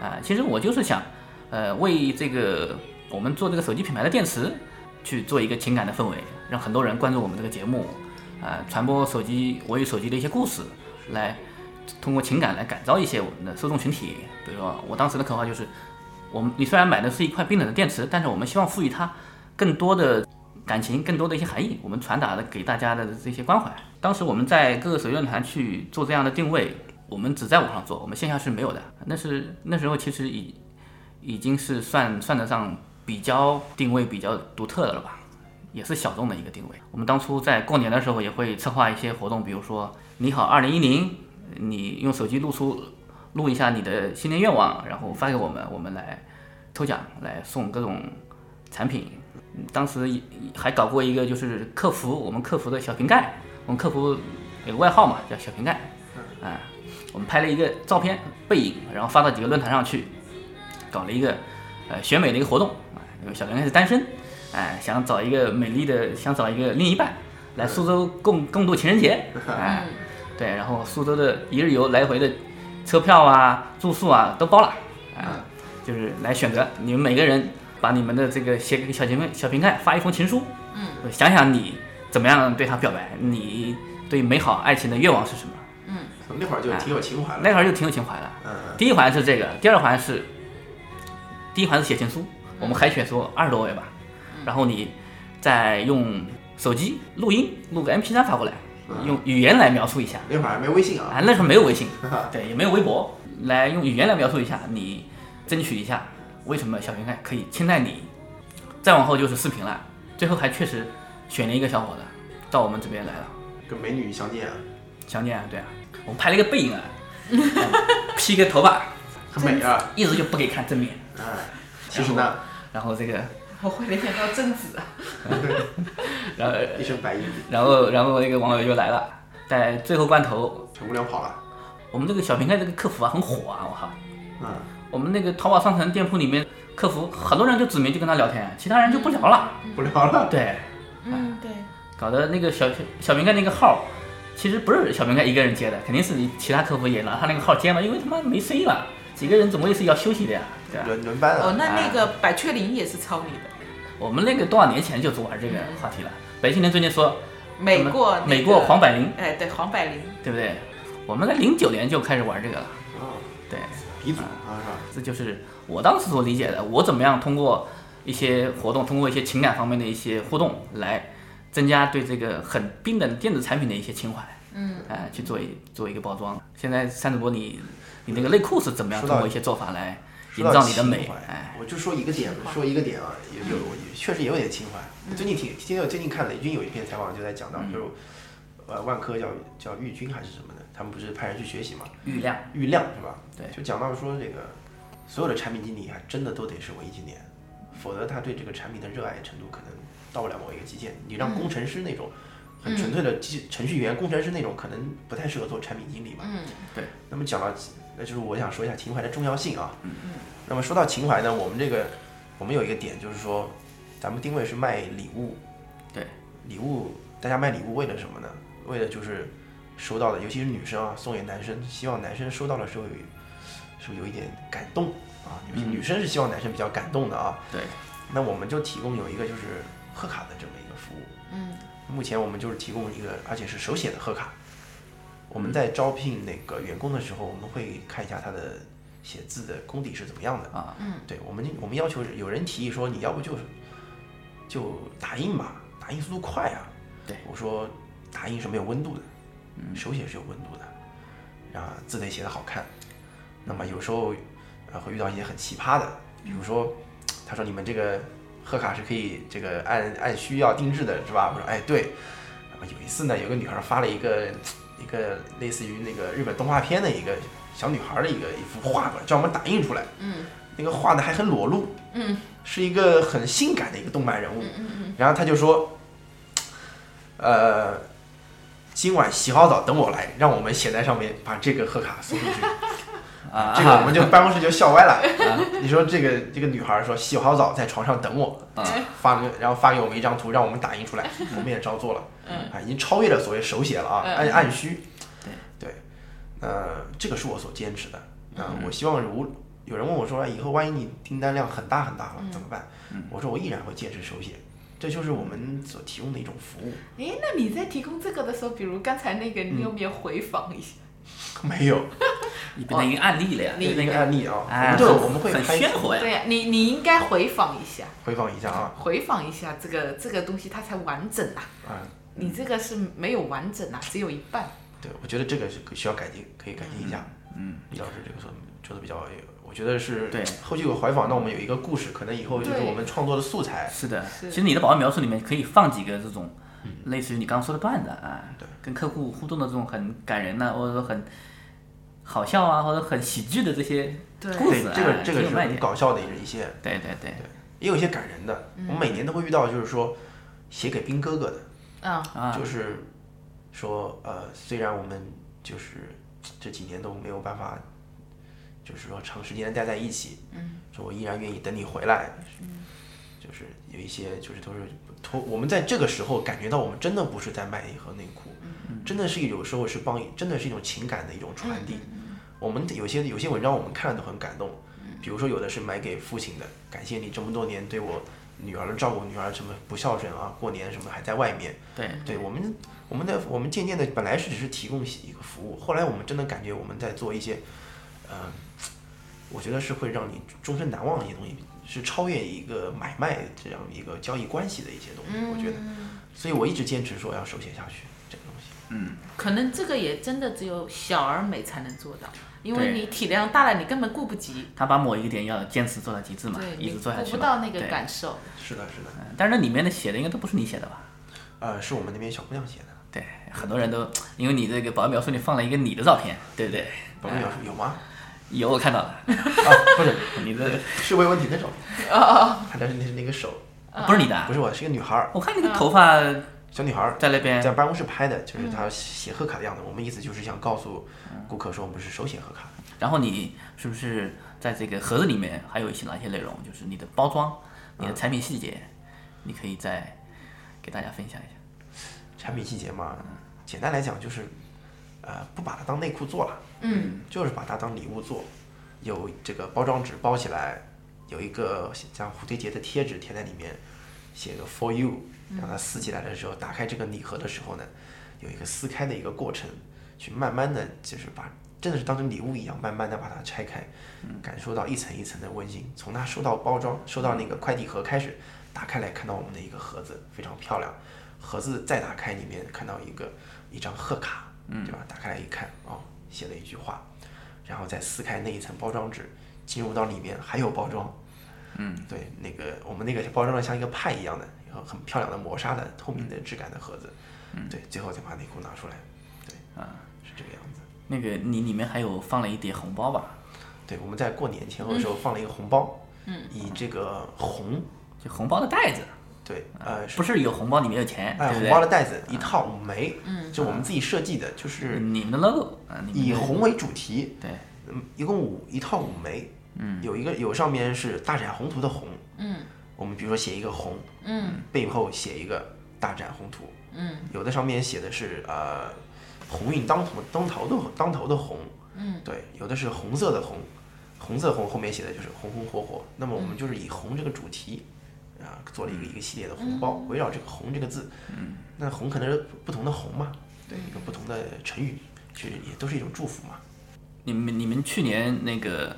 S3: 啊、其实我就是想，呃，为这个我们做这个手机品牌的电池去做一个情感的氛围，让很多人关注我们这个节目，啊、传播手机我与手机的一些故事，来通过情感来感召一些我们的受众群体。比如说，我当时的口号就是，我们你虽然买的是一块冰冷的电池，但是我们希望赋予它更多的感情更多的一些含义，我们传达的给大家的这些关怀。当时我们在各个手机论坛去做这样的定位，我们只在网上做，我们线下是没有的。那是那时候其实已已经是算算得上比较定位比较独特的了吧，也是小众的一个定位。我们当初在过年的时候也会策划一些活动，比如说“你好二零一零”，你用手机录出录一下你的新年愿望，然后发给我们，我们来抽奖来送各种产品。嗯当时也还搞过一个就是客服，我们客服的小瓶盖，我们客服有个外号嘛，叫小瓶盖，啊，我们拍了一个照片背影，然后发到几个论坛上去，搞了一个呃选美的一个活动啊，因为小瓶盖是单身，哎，想找一个美丽的，想找一个另一半，来苏州共共度情人节，哎，对，然后苏州的一日游来回的车票啊、住宿啊都包了，哎，就是来选择你们每个人把你们的这个写给小评小评看，发一封情书，呃
S6: 嗯
S3: 想想你怎么样对他表白，你对美好爱情的愿望是什么？
S6: 嗯，
S5: 那会儿
S3: 啊
S5: 就挺有情怀了。
S3: 那会儿就挺有情怀了。
S5: 嗯
S3: 第一环是这个，第二环是，第一环是写情书，
S5: 嗯
S3: 我们海选说二十多位吧，然后你再用手机录音，录个 MP3 发过来，
S5: 嗯
S3: 用语言来描述一下。
S5: 那会儿还没微信啊
S3: 啊，那时候没有微信，对，也没有微博，来用语言来描述一下，你争取一下为什么小平盖可以青睐你。再往后就是视频了，最后还确实选了一个小伙子到我们这边来了，
S5: 跟美女相见啊，
S3: 相见啊，对啊，我们拍了一个背影啊，披个头发，
S5: 很美啊，
S3: 一直就不给看正面。
S5: 哎，其实呢，
S3: 然后这个，
S6: 我会联想到贞子，
S3: 啊然后
S5: 一身白衣，
S3: 然后然后那个网友又来了，在最后关头，
S5: 无聊跑了。
S3: 我们这个小平盖这个客服啊很火啊，我靠，
S5: 嗯，
S3: 我们那个淘宝商城店铺里面客服很多人就指名就跟他聊天，其他人就不聊了，
S5: 不聊了，
S3: 对，
S6: 嗯，对，
S3: 搞得那个小小平盖那个号。其实不是小平盖一个人接的，肯定是你其他客服也拿他那个号接嘛，因为他妈没生意了，几个人总归是要休息的呀，对吧？
S5: 轮轮班
S6: 哦，那那个百雀羚也是抄你的，
S3: 我们那个多少年前就玩这个话题了。北京人最近说
S6: 美过那个
S3: 美过黄百鸣，
S6: 哎，对，黄百灵，
S3: 对不对？我们在零九年就开始玩这个了，
S5: 哦，
S3: 对，
S5: 鼻祖啊，
S3: 这就是我当时所理解的。我怎么样通过一些活动，通过一些情感方面的一些互动，来增加对这个很冰冷的电子产品的一些情怀，
S6: 嗯，
S3: 哎、去做一做一个包装。现在三主播你你那个内裤是怎么样
S5: 说
S3: 通
S5: 到
S3: 过一些做法来
S5: 说
S3: 营
S5: 到
S3: 造你的
S5: 情
S3: 美
S5: 怀？
S3: 哎，
S5: 我就说一个点，说一个点啊，也有我确实也有点情怀。我
S3: 嗯
S5: 最近挺，今天我最近看雷军有一篇采访，就在讲到，就是呃万科叫叫玉军还是什么的，他们不是派人去学习嘛？
S3: 郁亮，
S5: 郁亮是吧？
S3: 对，
S5: 就讲到说这个所有的产品经理还真的都得是文艺青年，否则他对这个产品的热爱程度可能到不了某一个极限。你让
S6: 嗯
S5: 工程师那种很
S6: 嗯
S5: 纯粹的机程序员、工程师那种，可能不太适合做产品经理吧？
S6: 嗯，
S3: 对。
S5: 那么讲到，那就是我想说一下情怀的重要性啊。
S3: 嗯
S5: 那么说到情怀呢，我们这个我们有一个点就是说，咱们定位是卖礼物。
S3: 对，
S5: 礼物大家卖礼物为了什么呢？为了就是收到的，尤其是女生啊，送给男生，希望男生收到的时候有是不是有一点感动啊？尤其
S3: 嗯
S5: 女生是希望男生比较感动的啊。
S3: 对，
S5: 那我们就提供有一个就是贺卡的这么一个服务。
S6: 嗯
S5: 目前我们就是提供一个，而且是手写的贺卡。我们在招聘那个员工的时候，我们会看一下他的写字的功底是怎么样的
S3: 啊
S6: 嗯
S5: 对我们我们要求是有人提议说，你要不就是就打印吧，打印速度快啊。
S3: 对，嗯
S5: 我说打印是没有温度的，手写是有温度的，啊，字得写得好看。那么有时候呃会遇到一些很奇葩的，比如说他说你们这个贺卡是可以这个按按需要定制的，是吧？我说哎对。那么有一次呢，有个女孩发了一个一个类似于那个日本动画片的一个小女孩的一个一幅画吧，叫我们打印出来。
S6: 嗯
S5: 那个画的还很裸露，
S6: 嗯
S5: 是一个很性感的一个动漫人物。
S6: 嗯
S5: 然后他就说，呃，今晚洗好澡等我来，让我们写在上面，把这个贺卡送出去。
S3: 啊
S5: 这个我们就办公室就笑 歪了。你说这个这个女孩说洗好澡在床上等我，
S3: 啊
S5: 发个然后发给我们一张图，让我们打印出来，我们也照做了。
S6: 嗯
S5: 啊，已经超越了所谓手写了啊，
S6: 嗯
S5: 按按需。
S3: 对
S5: 对，呃，这个是我所坚持的。那
S3: 嗯
S5: 我希望如有人问我说，哎以后万一你订单量很大很大了
S3: 嗯
S5: 怎么办？我说我依然会坚持手写，这就是我们所提供的一种服务。
S6: 哎，那你在提供这个的时候，比如刚才那个，
S3: 嗯
S6: 你有没有回访一下？
S5: 没有，
S3: 你变成一个案例了呀，
S5: 一个案例啊，我
S3: 哎
S5: 们就我们会
S3: 很
S5: 拍
S3: 鲜活呀
S6: 对呀、你你应该回访一下，
S5: 回放一下啊
S6: 回访一下这个这个东西，它才完整啊。
S5: 啊，
S3: 嗯
S6: 你这个是没有完整啊，只有一半。
S5: 对，我觉得这个是需要改进，可以改进一下。嗯，李老师这个说做的比较有，我觉得是
S3: 对
S5: 后续有怀访，那我们有一个故事，可能以后就是
S3: 对
S5: 我们创作的素材。
S3: 是的，
S5: 是
S3: 其实你的保安描述里面可以放几个这种，
S5: 嗯
S3: 类似于你刚刚说的段子啊，跟客户互动的这种很感人啊呐、或者说很好笑啊，或者很喜剧的这些
S5: 对
S3: 故事、啊，
S5: 这个这个
S3: 挺有
S5: 是
S3: 卖
S5: 很
S3: 点。
S5: 搞笑的一些，
S3: 对对对，
S5: 也有一些感人的。我们每年都会遇到，就是说写给兵哥哥的，
S6: 嗯
S5: 就是说呃，虽然我们就是这几年都没有办法，就是说长时间地待在一起，
S6: 嗯
S5: 说我依然愿意等你回来，就是有一些就是都是同我们在这个时候感觉到我们真的不是在卖一盒内裤，真的是有时候是帮真的是一种情感的一种传递。我们有些有些文章我们看了都很感动，比如说有的是买给父亲的，感谢你这么多年对我女儿照顾女儿什么不孝顺啊，过年什么还在外面，
S3: 对
S5: 对我们我们的我们渐渐的本来是只是提供一个服务，后来我们真的感觉我们在做一些，呃，我觉得是会让你终身难忘的一些东西，是超越一个买卖这样一个交易关系的一些东
S3: 嗯
S5: 西，我觉得，
S6: 嗯
S5: 所以我一直坚持说要手写下去这个东西。
S3: 嗯，
S6: 可能这个也真的只有小而美才能做到，因为
S3: 对
S6: 你体量大了，你根本顾不及，
S3: 他把某一个点要坚持做到极致嘛
S6: 对，
S3: 一
S6: 你
S3: 直做下
S6: 顾
S3: 去嘛。
S6: 不到那个
S3: 对嗯
S6: 感受。
S5: 是的，是的。
S6: 哎
S3: 但是那里面的写的应该都不是你写的吧？
S5: 呃，是我们那边小姑娘写的。
S3: 对，很多人都因为你这个保密描述里放了一个你的照片，对不对？
S5: 保
S6: 哎
S5: 密描述有吗？
S3: 有，我看到了。
S5: 啊，不是
S3: 你的，
S5: 是魏文婷的照片。
S6: 哦，
S5: 她啊的是那是那个手，
S6: 嗯
S3: 不是你的啊
S5: 不是我，是一个女孩儿。
S3: 我看那个头发，
S5: 小女孩儿
S3: 在那
S6: 哎
S3: 边
S5: 在办公室拍的，就是
S6: 嗯
S5: 她写贺卡的样子。我们意思就是想告诉顾客说，我们是手写贺卡。
S3: 然后你是不是在这个盒子里面还有一些哪些内容？就是你的包装、你的产品细节，你可以再给大家分享一下。
S5: 产品细节嘛，简单来讲就是，呃，不把它当内裤做了，
S6: 嗯，
S5: 就是把它当礼物做，有这个包装纸包起来，有一个像蝴蝶结的贴纸贴在里面，写个 for you，
S9: 嗯
S5: 让它撕起来的时候，打开这个礼盒的时候呢，有一个撕开的一个过程，去慢慢的就是把真的是当成礼物一样，慢慢的把它拆开，感受到一层一层的温馨。从他收到包装、收到那个快递盒开始，打开来看到我们的一个盒子，非常漂亮。盒子再打开里面看到一个一张贺卡，
S9: 嗯
S5: 对吧？打开来一看，哦，写了一句话，然后再撕开那一层包装纸，进入到里面还有包装，
S3: 嗯，
S5: 对，那个我们那个包装的像一个派一样的，然后很漂亮的磨砂的透明的质感的盒子，
S3: 嗯
S5: 对，最后再把内裤拿出来，对，
S3: 啊，
S5: 是这个样子。
S3: 那个你里面还有放了一叠红包吧？
S5: 对，我们在过年前后的时候放了一个红包，
S6: 嗯
S5: 以这个红，
S3: 就红包的袋子，
S5: 对，呃，
S3: 啊不是有红包里面有钱，
S5: 哎，
S3: 对不
S5: 红
S3: 对
S5: 包的袋子一套五枚，
S3: 嗯
S5: 就我们自己设计的，就是
S3: 你们的 logo，你啊们
S5: 以
S3: 的
S5: 红为主题，
S3: 对，
S5: 嗯，一共五一套五枚，
S3: 嗯，
S5: 有一个有上面是大展宏图的宏，
S6: 嗯
S5: 我们比如说写一个宏，
S6: 嗯
S5: 背后写一个大展宏图，
S6: 嗯
S5: 有的上面写的是呃鸿运当头当头的当头的鸿，
S6: 嗯
S5: 对，有的是红色的红，红色红后面写的就是红红火火。那么我们
S9: 嗯
S5: 就是以红这个主题，啊，做了一个一个系列的红包，围绕这个红这个字，那红可能是不同的红嘛，对，一个不同的成语，其实也都是一种祝福嘛。
S3: 你们你们去年那个，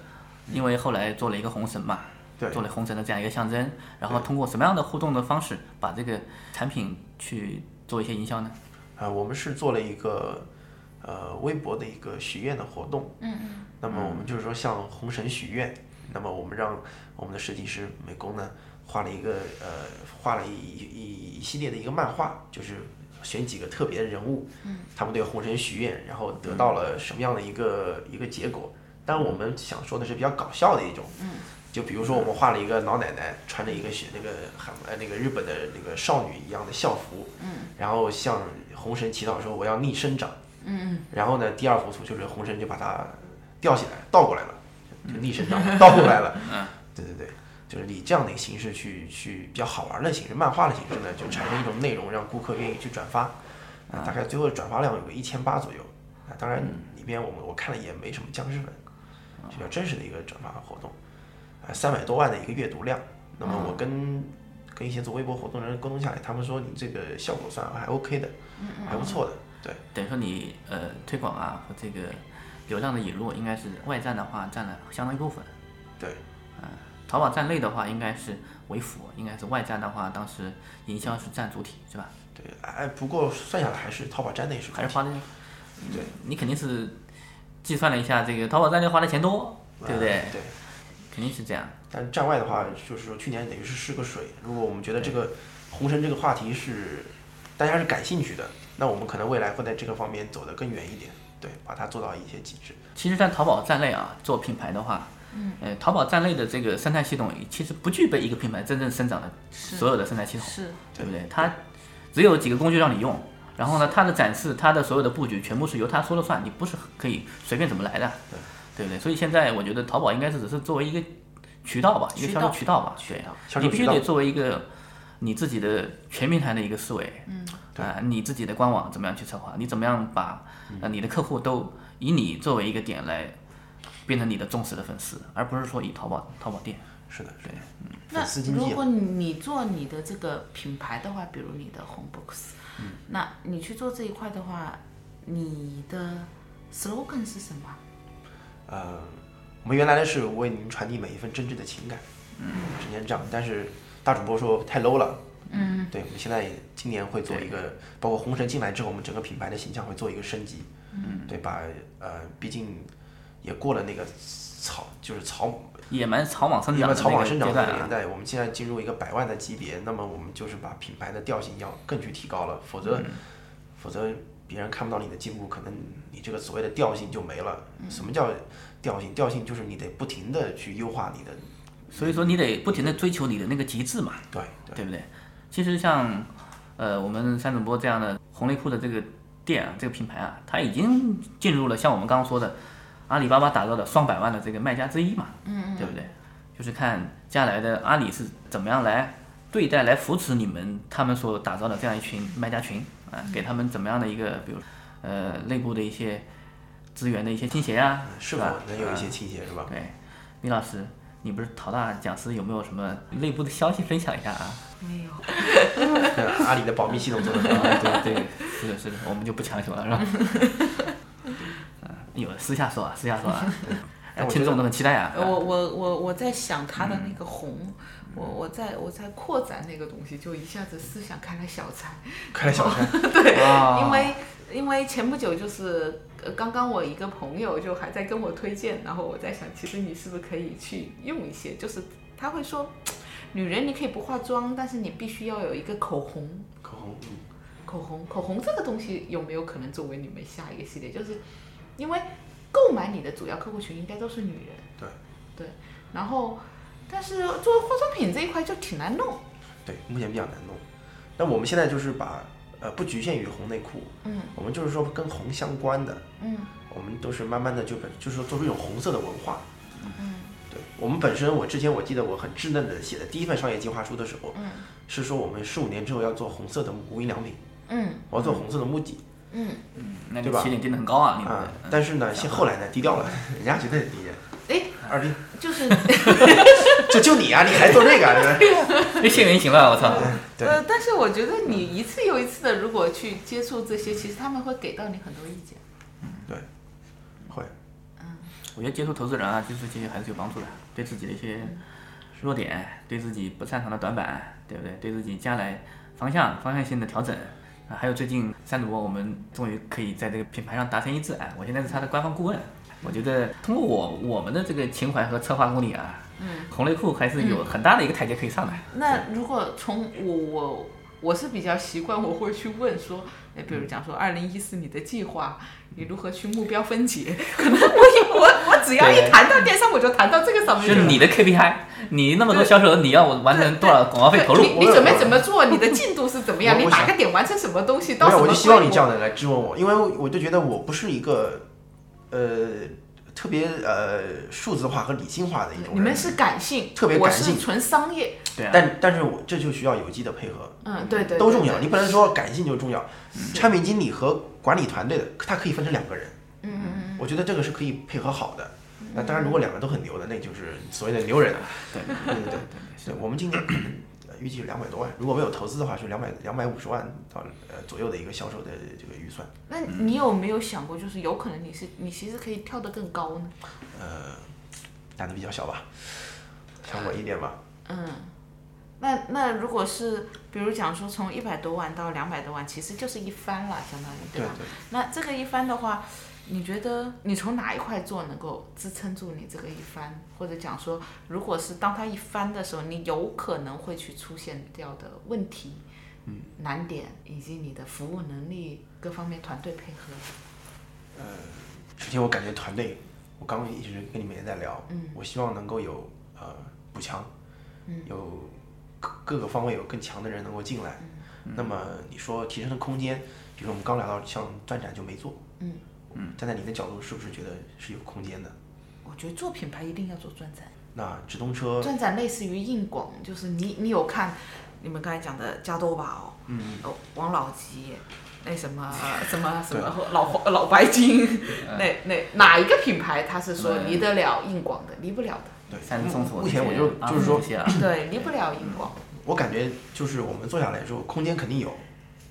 S3: 因为后来做了一个红绳嘛，
S5: 对
S3: 做了红绳的这样一个象征，然后通过什么样的互动的方式把这个产品去做一些营销呢？
S5: 啊，我们是做了一个呃微博的一个许愿的活动，
S6: 嗯
S5: 那么我们就是说向红神许愿，那么我们让我们的设计师美工呢画了一个呃画了一一一系列的一个漫画，就是选几个特别的人物，
S9: 嗯
S5: 他们对红神许愿，然后得到了什么样的一个一个结果。但我们想说的是比较搞笑的一种，
S9: 嗯
S5: 就比如说我们画了一个老奶奶穿着一个雪那个韩呃那个日本的那个少女一样的校服，
S9: 嗯
S5: 然后向红神祈祷说我要逆生长，
S9: 嗯
S5: 然后呢，第二幅图就是红绳就把它吊起来，倒过来了，就逆身上 倒过来了。
S9: 嗯，
S5: 对对对，就是以这样的一个形式去去比较好玩的形式，漫画的形式呢，就产生一种内容，让顾客愿意去转发。
S9: 嗯
S5: 啊大概最后的转发量有个一千八左右。啊，当然里边我们我看了也没什么僵尸粉，
S9: 嗯
S5: 比较真实的一个转发活动，啊，三百多万的一个阅读量。那
S9: 嗯
S5: 么我跟跟一些做微博活动的人沟通下来，他们说你这个效果算还 OK 的，
S3: 嗯
S5: 还不错的。对，
S3: 等于说你呃推广啊和这个流量的引入，应该是外站的话占了相当一部分。
S5: 对，
S3: 嗯、淘宝站内的话应该是为辅，应该是外站的话，当时营销是占主体，是吧？
S5: 对，哎，不过算下来还是淘宝站内是
S3: 还是花的，
S5: 对，
S3: 你肯定是计算了一下，这个淘宝站内花的钱多，对不对？
S5: 嗯对，
S3: 肯定是这样。
S5: 但站外的话，就是说去年等于是试个水。如果我们觉得这个红绳这个话题是大家是感兴趣的，那我们可能未来会在这个方面走得更远一点，对，把它做到一些极致。
S3: 其实，在淘宝站内啊做品牌的话，
S6: 嗯
S3: 呃，淘宝站内的这个生态系统其实不具备一个品牌真正生长的
S6: 是
S3: 所有的生态系统，
S6: 嗯是
S3: 对不对？它只有几个工具让你用，然后呢，它的展示、它的所有的布局全部是由它说了算，你不是可以随便怎么来的，对不对？所以现在我觉得淘宝应该是只是作为一个渠道吧，一个销售
S6: 渠
S3: 渠道吧，
S6: 渠
S3: 对
S6: 道，
S5: 销售
S3: 你必须
S5: 渠道
S3: 得作为一个你自己的全平台的一个思维，
S6: 嗯，
S3: 啊、你自己的官网怎么样去策划，你怎么样把
S5: 嗯
S3: 呃你的客户都以你作为一个点来变成你的忠实的粉丝，而不是说以淘宝淘宝店。
S5: 是的，
S3: 对，
S6: 那
S3: 粉丝经济
S6: 如
S3: 啊
S6: 果你做你的这个品牌的话，比如你的 Homebooks，、那
S3: 嗯
S6: 你去做这一块的话，你的 slogan 是什么？
S5: 呃，我们原来的是为您传递每一份真挚的情感，嗯，之前是这样，但是大主播说太 low 了，
S6: 嗯
S5: 对，我们现在今年会做一个，包括红神进来之后，我们整个品牌的形象会做一个升级，
S3: 嗯
S5: 对，把呃，毕竟也过了那个草，就是草
S3: 野蛮草莽生长的
S5: 草莽生长
S3: 阶
S5: 的
S3: 段
S5: 那个年
S3: 啊，
S5: 代，我们现在进入一个百万的级别，那么我们就是把品牌的调性要更去提高了，否
S3: 嗯
S5: 则、否则别人看不到你的进步，可能你这个所谓的调性就没了。
S3: 嗯
S5: 什么叫调性？调性就是你得不停的去优化你的
S3: 所以说你得不停的追求你的那个极致嘛，
S5: 对
S3: 对不对？其实像呃我们三主播这样的红内裤的这个店啊，这个品牌啊，它已经进入了像我们刚刚说的阿里巴巴打造的双百万的这个卖家之一嘛，
S6: 嗯
S3: 对不对？就是看接下来的阿里是怎么样来对待、来扶持你们他们所打造的这样一群卖家群啊，给他们怎么样的一个，比如呃内部的一些资源的一些倾斜啊，
S5: 是
S3: 吧？
S5: 否能有一些
S3: 嗯
S5: 倾斜是吧。
S3: 对，米老师，你不是陶大讲师，有没有什么内部的消息分享一下啊？
S6: 没有
S5: 阿里的保密系统做得 很好
S3: 对对，是的，是的，我们就不强求了，是吧？ 嗯有私下说啊，私下说啊，
S5: 哎我觉得
S3: 听众都很期待啊。
S6: 呃我我我我在想它的那个红，我我在我在扩展那个东西，就一下子思想开了小差。
S5: 开了小差
S6: 对，
S5: 啊
S6: 因为因为前不久就是呃刚刚我一个朋友就还在跟我推荐，然后我在想，其实你是不是可以去用一些，就是他会说，女人你可以不化妆，但是你必须要有一个口红。
S5: 口红。嗯
S6: 口红，口红这个东西有没有可能作为你们下一个系列？就是因为购买你的主要客户群应该都是女人，
S5: 对
S6: 对，然后但是做化妆品这一块就挺难弄，
S5: 对，目前比较难弄。那我们现在就是把呃不局限于红内裤，
S6: 嗯
S5: 我们就是说跟红相关的，
S6: 嗯
S5: 我们都是慢慢的就本就是说做出一种红色的文化。
S6: 嗯
S5: 对我们本身，我之前我记得我很稚嫩的写的第一份商业计划书的时候，
S6: 嗯
S5: 是说我们十五年之后要做红色的无印良品，
S6: 嗯
S5: 我要做红色的木槿，
S6: 嗯，
S3: 那
S5: 对
S3: 你
S5: 吧？
S3: 起点定的很高啊，你们
S5: 啊，但是呢，先后来呢低调了， 人家觉得你
S6: 哎，
S5: 二逼，
S6: 就是
S5: 就就你啊，你还做这个啊，
S6: 哎
S5: 对吧
S3: 这 现原形了，我操！
S5: 对
S6: 呃，但是我觉得你一次又一次的如果去接触这些，其实他们会给到你很多意见。
S5: 对，会。
S3: 我觉得接触投资人啊，接触这些还是有帮助的，对自己的一些弱点，对自己不擅长的短板，对不对？对自己将来方向方向性的调整。啊，还有最近三主播，我们终于可以在这个品牌上达成一致。哎，我现在是他的官方顾问。我觉得通过我我们的这个情怀和策划功力啊，
S6: 嗯，
S3: 红内裤还是有很大的一个台阶可以上的。
S6: 那如果从我我我是比较习惯，我会去问说，哎，比如讲
S5: 嗯
S6: 说二零一四你的计划，你如何去目标分 解？可能我我我只要一
S3: 对
S6: 谈到电商，我就谈到这个上面
S5: 嗯
S6: 去
S3: 就
S6: 了。
S3: 是你的 KPI，你那么多销售额，你要完成多少广告费投入？
S6: 你你准备怎么做？你的进度是怎么样？
S5: 我
S6: 你
S5: 我
S6: 打
S5: 想
S6: 个点完成什么东西？到
S5: 没
S6: 什
S5: 有，
S6: 么
S5: 我就希望
S6: 规
S5: 你
S6: 模
S5: 这样的来质问我，因为我就觉得我不是一个呃特别呃数字化和理性化的一种人。
S6: 你们是感性，
S5: 特别感性
S6: 我是纯商业。
S3: 啊
S5: 但但是我这就需要有机的配合，
S6: 嗯，对对，
S5: 都
S6: 对
S5: 重要。
S6: 对
S5: 你不能说感性就重要，产品经理和管理团队的，他可以分成两个人。
S6: 嗯嗯嗯，
S5: 我觉得这个是可以配合好的。那当然，如果两个都很牛的，那就是所谓的牛人。
S3: 对
S5: 对对对对，我们今年可能呃预计两百多万，如果没有投资的话，是两百两百五十万到呃左右的一个销售的这个预算。
S6: 那
S5: 嗯
S6: 你有没有想过，就是有可能你是你其实可以跳得更高呢？
S5: 呃，胆子比较小吧，想稳一点吧。
S6: 嗯，那那如果是比如讲说从一百多万到两百多万，其实就是一番了，相当于对吧？
S5: 对对
S6: 那这个一番的话，你觉得你从哪一块做能够支撑住你这个一番？或者讲说，如果是当它一翻的时候，你有可能会去出现掉的问题、
S5: 嗯
S6: 难点，以及你的服务能力各方面团队配合。
S5: 呃，首先我感觉团队，我刚刚一直跟你们也在聊，
S6: 嗯
S5: 我希望能够有呃补强，
S6: 嗯
S5: 有各各个方位有更强的人能够进来。
S3: 嗯
S5: 那么你说提升的空间，比如说我们刚聊到像钻展就没做，
S6: 嗯，
S5: 站在你的角度是不是觉得是有空间的？
S6: 我觉得做品牌一定要做专展。
S5: 那直通车，
S6: 转展类似于硬广，就是你你有看你们刚才讲的加多宝、
S5: 嗯，
S6: 哦王老吉，那什 么什么什么
S4: 对
S6: 老黄老白金，
S4: 嗯
S6: 那那哪一个品牌它是说
S4: 嗯
S6: 离得了硬广的，离不了的？
S5: 对
S3: 三宗所
S5: 目前我就
S3: 啊
S5: 就是说
S3: 这些啊，
S6: 对，离不了硬广。
S5: 我感觉就是我们坐下来之后，空间肯定有。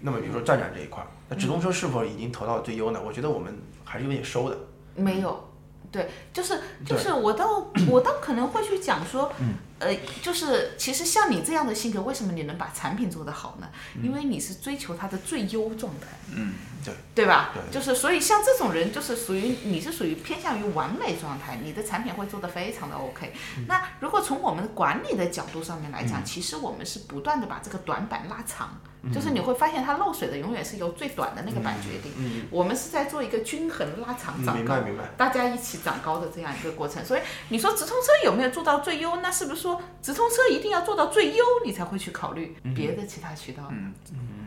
S5: 那么比如说站展这一块儿，那直通车是否已经投到最优呢？我觉得我们还是有点收的。
S6: 没有，对，就是就
S5: 对嗯
S6: 是我倒我倒可能会去讲说，呃，就是其实像你这样的性格，为什么你能把产品做得好呢？因为你是追求它的最优状态，
S5: 嗯，对，
S6: 对吧？
S5: 对
S6: 就是所以像这种人，就是属于你是属于偏向于完美状态，你的产品会做得非常的 OK。那
S5: 嗯
S6: 如果从我们管理的角度上面来讲，
S10: 嗯
S6: 其实我们是不断的把这个短板拉长，
S10: 嗯
S6: 就是你会发现它漏水的永远是由最短的那个板决定。
S5: 嗯
S6: 我们是在做一个均衡拉长
S5: 嗯
S6: 长
S5: 明
S6: 高，
S5: 白明白
S6: 大家一起长高的这样一个过程。所以你说直通车有没有做到最优？那是不是说直通车一定要做到最优，你才会去考虑
S5: 嗯
S6: 别的其他渠道？嗯，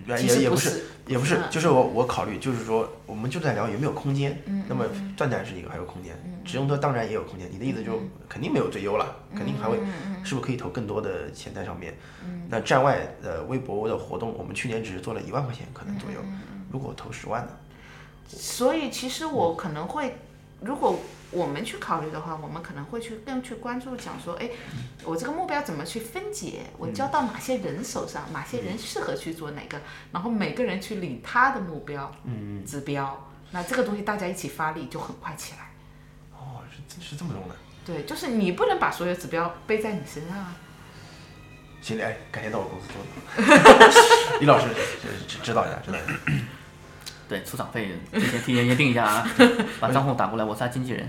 S5: 原
S6: 其
S5: 也
S6: 实
S5: 也
S6: 不
S5: 不
S6: 是
S5: 是，也不是
S6: 嗯，
S5: 就是我我考虑，就是说我们就在聊有没有空间。
S6: 嗯
S5: 那么
S6: 嗯嗯
S5: 站展是一个还有空间，直通车当然也有空间。你的意思就肯定没有最优了，肯定还会
S6: 嗯嗯嗯
S5: 是不是可以投更多的钱在上面？
S6: 嗯
S5: 那站外的微博的活动，我们去年只是做了一万块钱可能左右
S6: 嗯嗯。
S5: 如果我投十万呢？
S6: 所以其实
S5: 嗯
S6: 我可能会，如果我们去考虑的话，我们可能会去更去关注，讲说，哎，
S5: 嗯
S6: 我这个目标怎么去分解？我交到哪些人手上？哪些
S5: 嗯
S6: 人适合去做哪个？然后每个人去领他的目标
S5: 嗯
S6: 指标，那这个东西大家一起发力就很快起来。
S5: 哦，是是这么弄的。
S6: 对，就是你不能把所有指标背在你身上啊。
S5: 行李，哎，感谢到我公司做的。 李老师指指导一下，指导一下。
S3: 对，出场费这些提前约定一下啊，把账户打过来，我是他经纪人。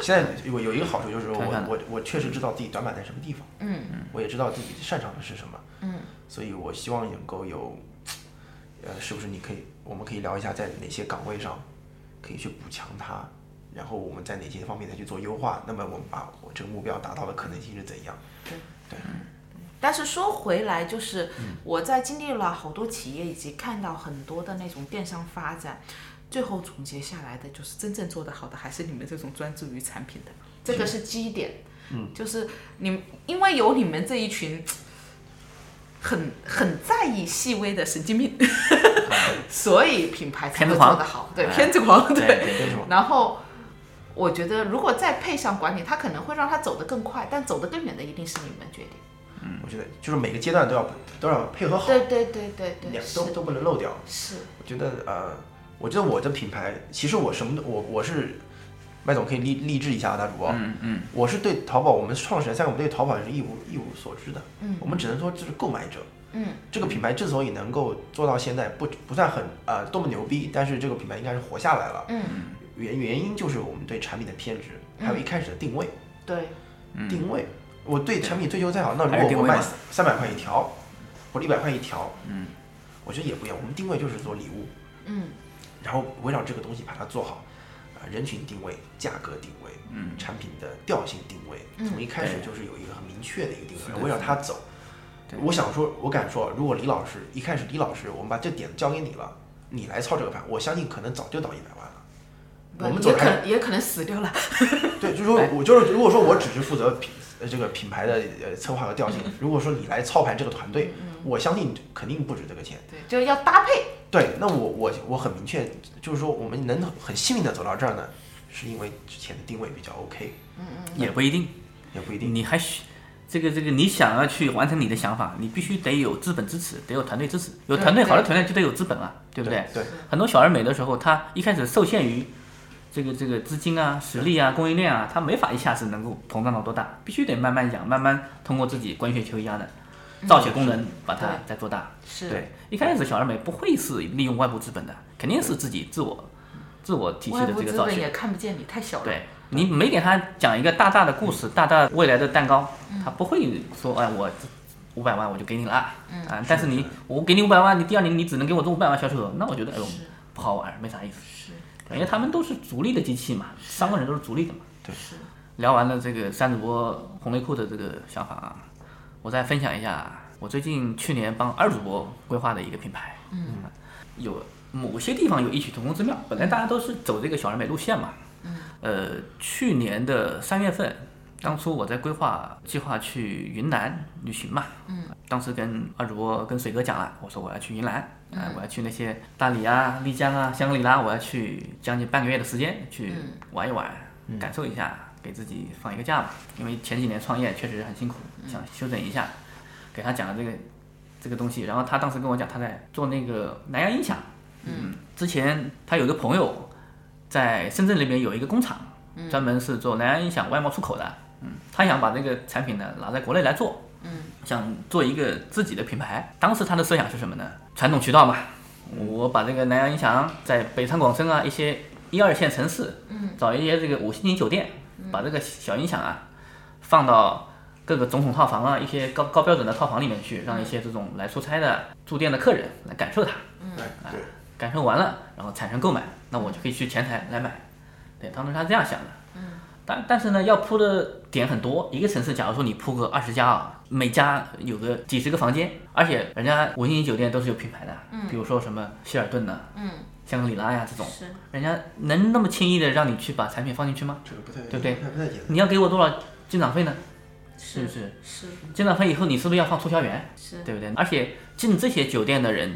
S5: 现在我有一个好处就是我
S3: 看看
S5: 我我确实知道自己短板在什么地方，
S6: 嗯
S5: 我也知道自己擅长的是什么，
S6: 嗯，
S5: 所以我希望能够有，呃，是不是你可以，我们可以聊一下在哪些岗位上可以去补强它，然后我们在哪些方面再去做优化，那么我们把我这个目标达到的可能性是怎样？
S6: 对
S5: 对，
S6: 但是说回来，就是
S3: 嗯
S6: 我在经历了好多企业，以及看到很多的那种电商发展，最后总结下来的就是，真正做得好的还是你们这种专注于产品的，这个是基点。
S5: 嗯
S6: 就是你们，因为有你们这一群很很在意细微的神经 病，所以品牌才
S3: 偏
S6: 会
S3: 执
S6: 做
S3: 狂
S6: 得好，对
S3: 哎
S6: 偏执狂，
S3: 对对偏执 狂
S6: 然后我觉得，如果再配上管理，它可能会让它走得更快，但走得更远的一定是你们决定。
S5: 嗯，我觉得就是每个阶段都要都要配合好，
S6: 对对对对对，
S5: 两
S6: 是
S5: 都都不能漏掉。
S6: 是，
S5: 我觉得呃，我觉得我的品牌，其实我什么都我我是麦总可以励励志一下啊，大主播，
S3: 嗯嗯，
S5: 我是对淘宝，我们创始人三个，我们对淘宝是一无一无所知的，
S6: 嗯
S5: 我们只能说就是购买者。
S6: 嗯
S5: 这个品牌之所以能够做到现在不不算很呃多么牛逼，但是这个品牌应该是活下来了。
S6: 嗯，
S5: 原原因就是我们对产品的偏执，
S6: 嗯
S5: 还有一开始的定位。
S6: 对，
S5: 定位，我对产品追求再好，那
S3: 嗯还是
S5: 如
S3: 定
S5: 果我
S3: 位
S5: 卖
S3: 嘛
S5: 三百块一条，或者一百块一条，
S3: 嗯，
S5: 我觉得也不一样。我们定位就是做礼物，
S6: 嗯
S5: 然后围绕这个东西把它做好，呃，人群定位、价格定位、
S3: 嗯
S5: 产品的调性定位，
S3: 嗯
S5: 从一开始
S3: 对
S5: 就是有一个很明确的一个定
S3: 是
S5: 位，
S3: 的
S5: 围绕
S3: 是的
S5: 它走
S3: 对。
S5: 我想说，我敢说，如果李老师一开始李老师，我们把这点交给你了，你来操这个盘，我相信可能早就到一百万了。
S6: 不
S5: 我们走
S6: 也
S5: 的还
S6: 可也可能死掉了。
S5: 对，就是说
S3: 哎
S5: 我就是如果说我只是负责品呃这个品牌的呃策划和调性，
S3: 嗯
S5: 如果说你来操盘这个团队，我相信肯定不止这个钱。
S6: 对，就要搭配。
S5: 对，那我我我很明确，就是说我们能很幸运的走到这儿呢，是因为之前的定位比较 OK。
S6: 嗯嗯
S3: 也不一定，
S5: 也不一定。
S3: 你还需这个这个，你想要去完成你的想法，你必须得有资本支持，得有团队支持。有团队
S4: 对
S3: 好的团队就得有资本啊，对不对？
S4: 对对
S3: 很多小而美的时候，它一开始受限于这个这个资金啊、实力啊、供应链啊，它没法一下子能够膨胀到多大，必须得慢慢养，慢慢通过自己滚雪球一样的造血功能把它
S4: 对
S3: 再做大。
S4: 是
S3: 对，一开始小而美不会是利用外部资本的，肯定是自己自我自我体系
S6: 外
S3: 的
S6: 部
S3: 这个
S6: 资
S3: 造
S6: 本
S3: 血
S6: 也。看不见你，太小了。
S3: 对你没给他讲一个大大的故事，大大未来的蛋糕，他不会说哎我五百万我就给你了啊
S4: 嗯
S3: 啊！但是你我给你五百万，你第二年你只能给我这五百万销售额，那我觉得哎呦不好玩，没啥意思。
S6: 是，
S3: 因为他们都是逐利的机器嘛，三个人都是逐利的嘛。
S5: 对，
S3: 聊完了这个三主播红内裤的这个想法啊，我再分享一下我最近去年帮二主播规划的一个品牌。
S6: 嗯
S3: 有某些地方有异曲同工之妙。本来大家都是走这个小而美路线嘛，
S6: 嗯
S3: 呃，去年的三月份，当初我在规划计划去云南旅行嘛，
S6: 嗯，
S3: 当时跟二主播跟水哥讲了，我说我要去云南，哎、
S6: 嗯
S3: 我要去那些大理啊、丽江啊、香格里拉，我要去将近半个月的时间去
S6: 嗯
S3: 玩一玩，感受一下，给自己放一个假嘛。因为前几年创业确实很辛苦，
S6: 嗯
S3: 想休整一下。给他讲了这个这个东西，然后他当时跟我讲他在做那个南洋音响，
S6: 嗯，
S3: 之前他有个朋友在深圳那边有一个工厂，
S6: 嗯
S3: 专门是做南洋音响外贸出口的，嗯，他想把这个产品呢拿在国内来做，
S6: 嗯
S3: 想做一个自己的品牌。当时他的设想是什么呢？传统渠道嘛，
S6: 嗯
S3: 我把这个南洋音响在北上广深啊一些一二线城市，
S6: 嗯
S3: 找一些这个五星级酒店，
S6: 嗯
S3: 把这个小音响啊放到各个总统套房啊一些高高标准的套房里面去，让一些这种来出差的住店的客人来感受它，
S5: 对对，
S3: 感受完了，然后产生购买，那我就可以去前台来买。对，当时他这样想的。
S6: 嗯
S3: 但但是呢，要铺的点很多。一个城市，假如说你铺个二十家啊，每家有个几十个房间，而且人家五星级酒店都是有品牌的，
S6: 嗯
S3: 比如说什么希尔顿呐、
S6: 嗯，
S3: 香格里拉呀这种，
S6: 是
S3: 人家能那么轻易的让你去把产品放进去吗？
S5: 这个不太
S3: 对不对
S5: 不太不太简单？
S3: 你要给我多少进场费呢？是
S6: 是
S3: 不是？
S6: 是
S3: 进场费以后，你是不是要放促销员？
S6: 是
S3: 对不对？而且进这些酒店的人，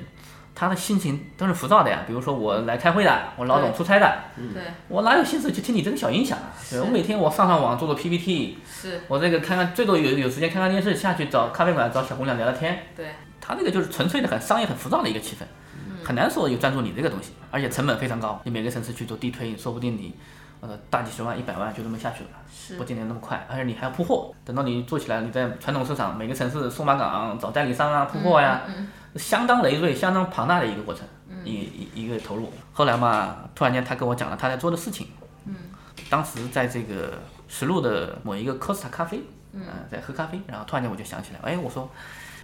S3: 他的心情都是浮躁的呀。比如说我来开会的，我老总
S6: 对
S3: 出差的，
S6: 对
S3: 我哪有心思去听你这个小音响啊？对
S6: 是
S3: 我每天我上上网做做 PPT，
S6: 是，
S3: 我这个看看最多有有时间看看电视，下去找咖啡馆找小姑娘聊聊天。
S6: 对，
S3: 他那个就是纯粹的很商业、很浮躁的一个气氛，
S6: 嗯
S3: 很难说有赞助你这个东西，而且成本非常高。你每个城市去做地推，说不定你呃大几十万、一百万就这么下去了，
S6: 是
S3: 不见得那么快。而且你还要铺货，等到你做起来，你在传统市场每个城市送马港找代理商啊、铺货呀、
S6: 嗯嗯
S3: 相当累赘、相当庞大的一个过程，
S6: 嗯
S3: 一一一个投入。后来嘛，突然间他跟我讲了他在做的事情，
S6: 嗯
S3: 当时在这个石路的某一个 Costa 咖啡，
S6: 嗯
S3: 呃在喝咖啡，然后突然间我就想起来，哎，我说，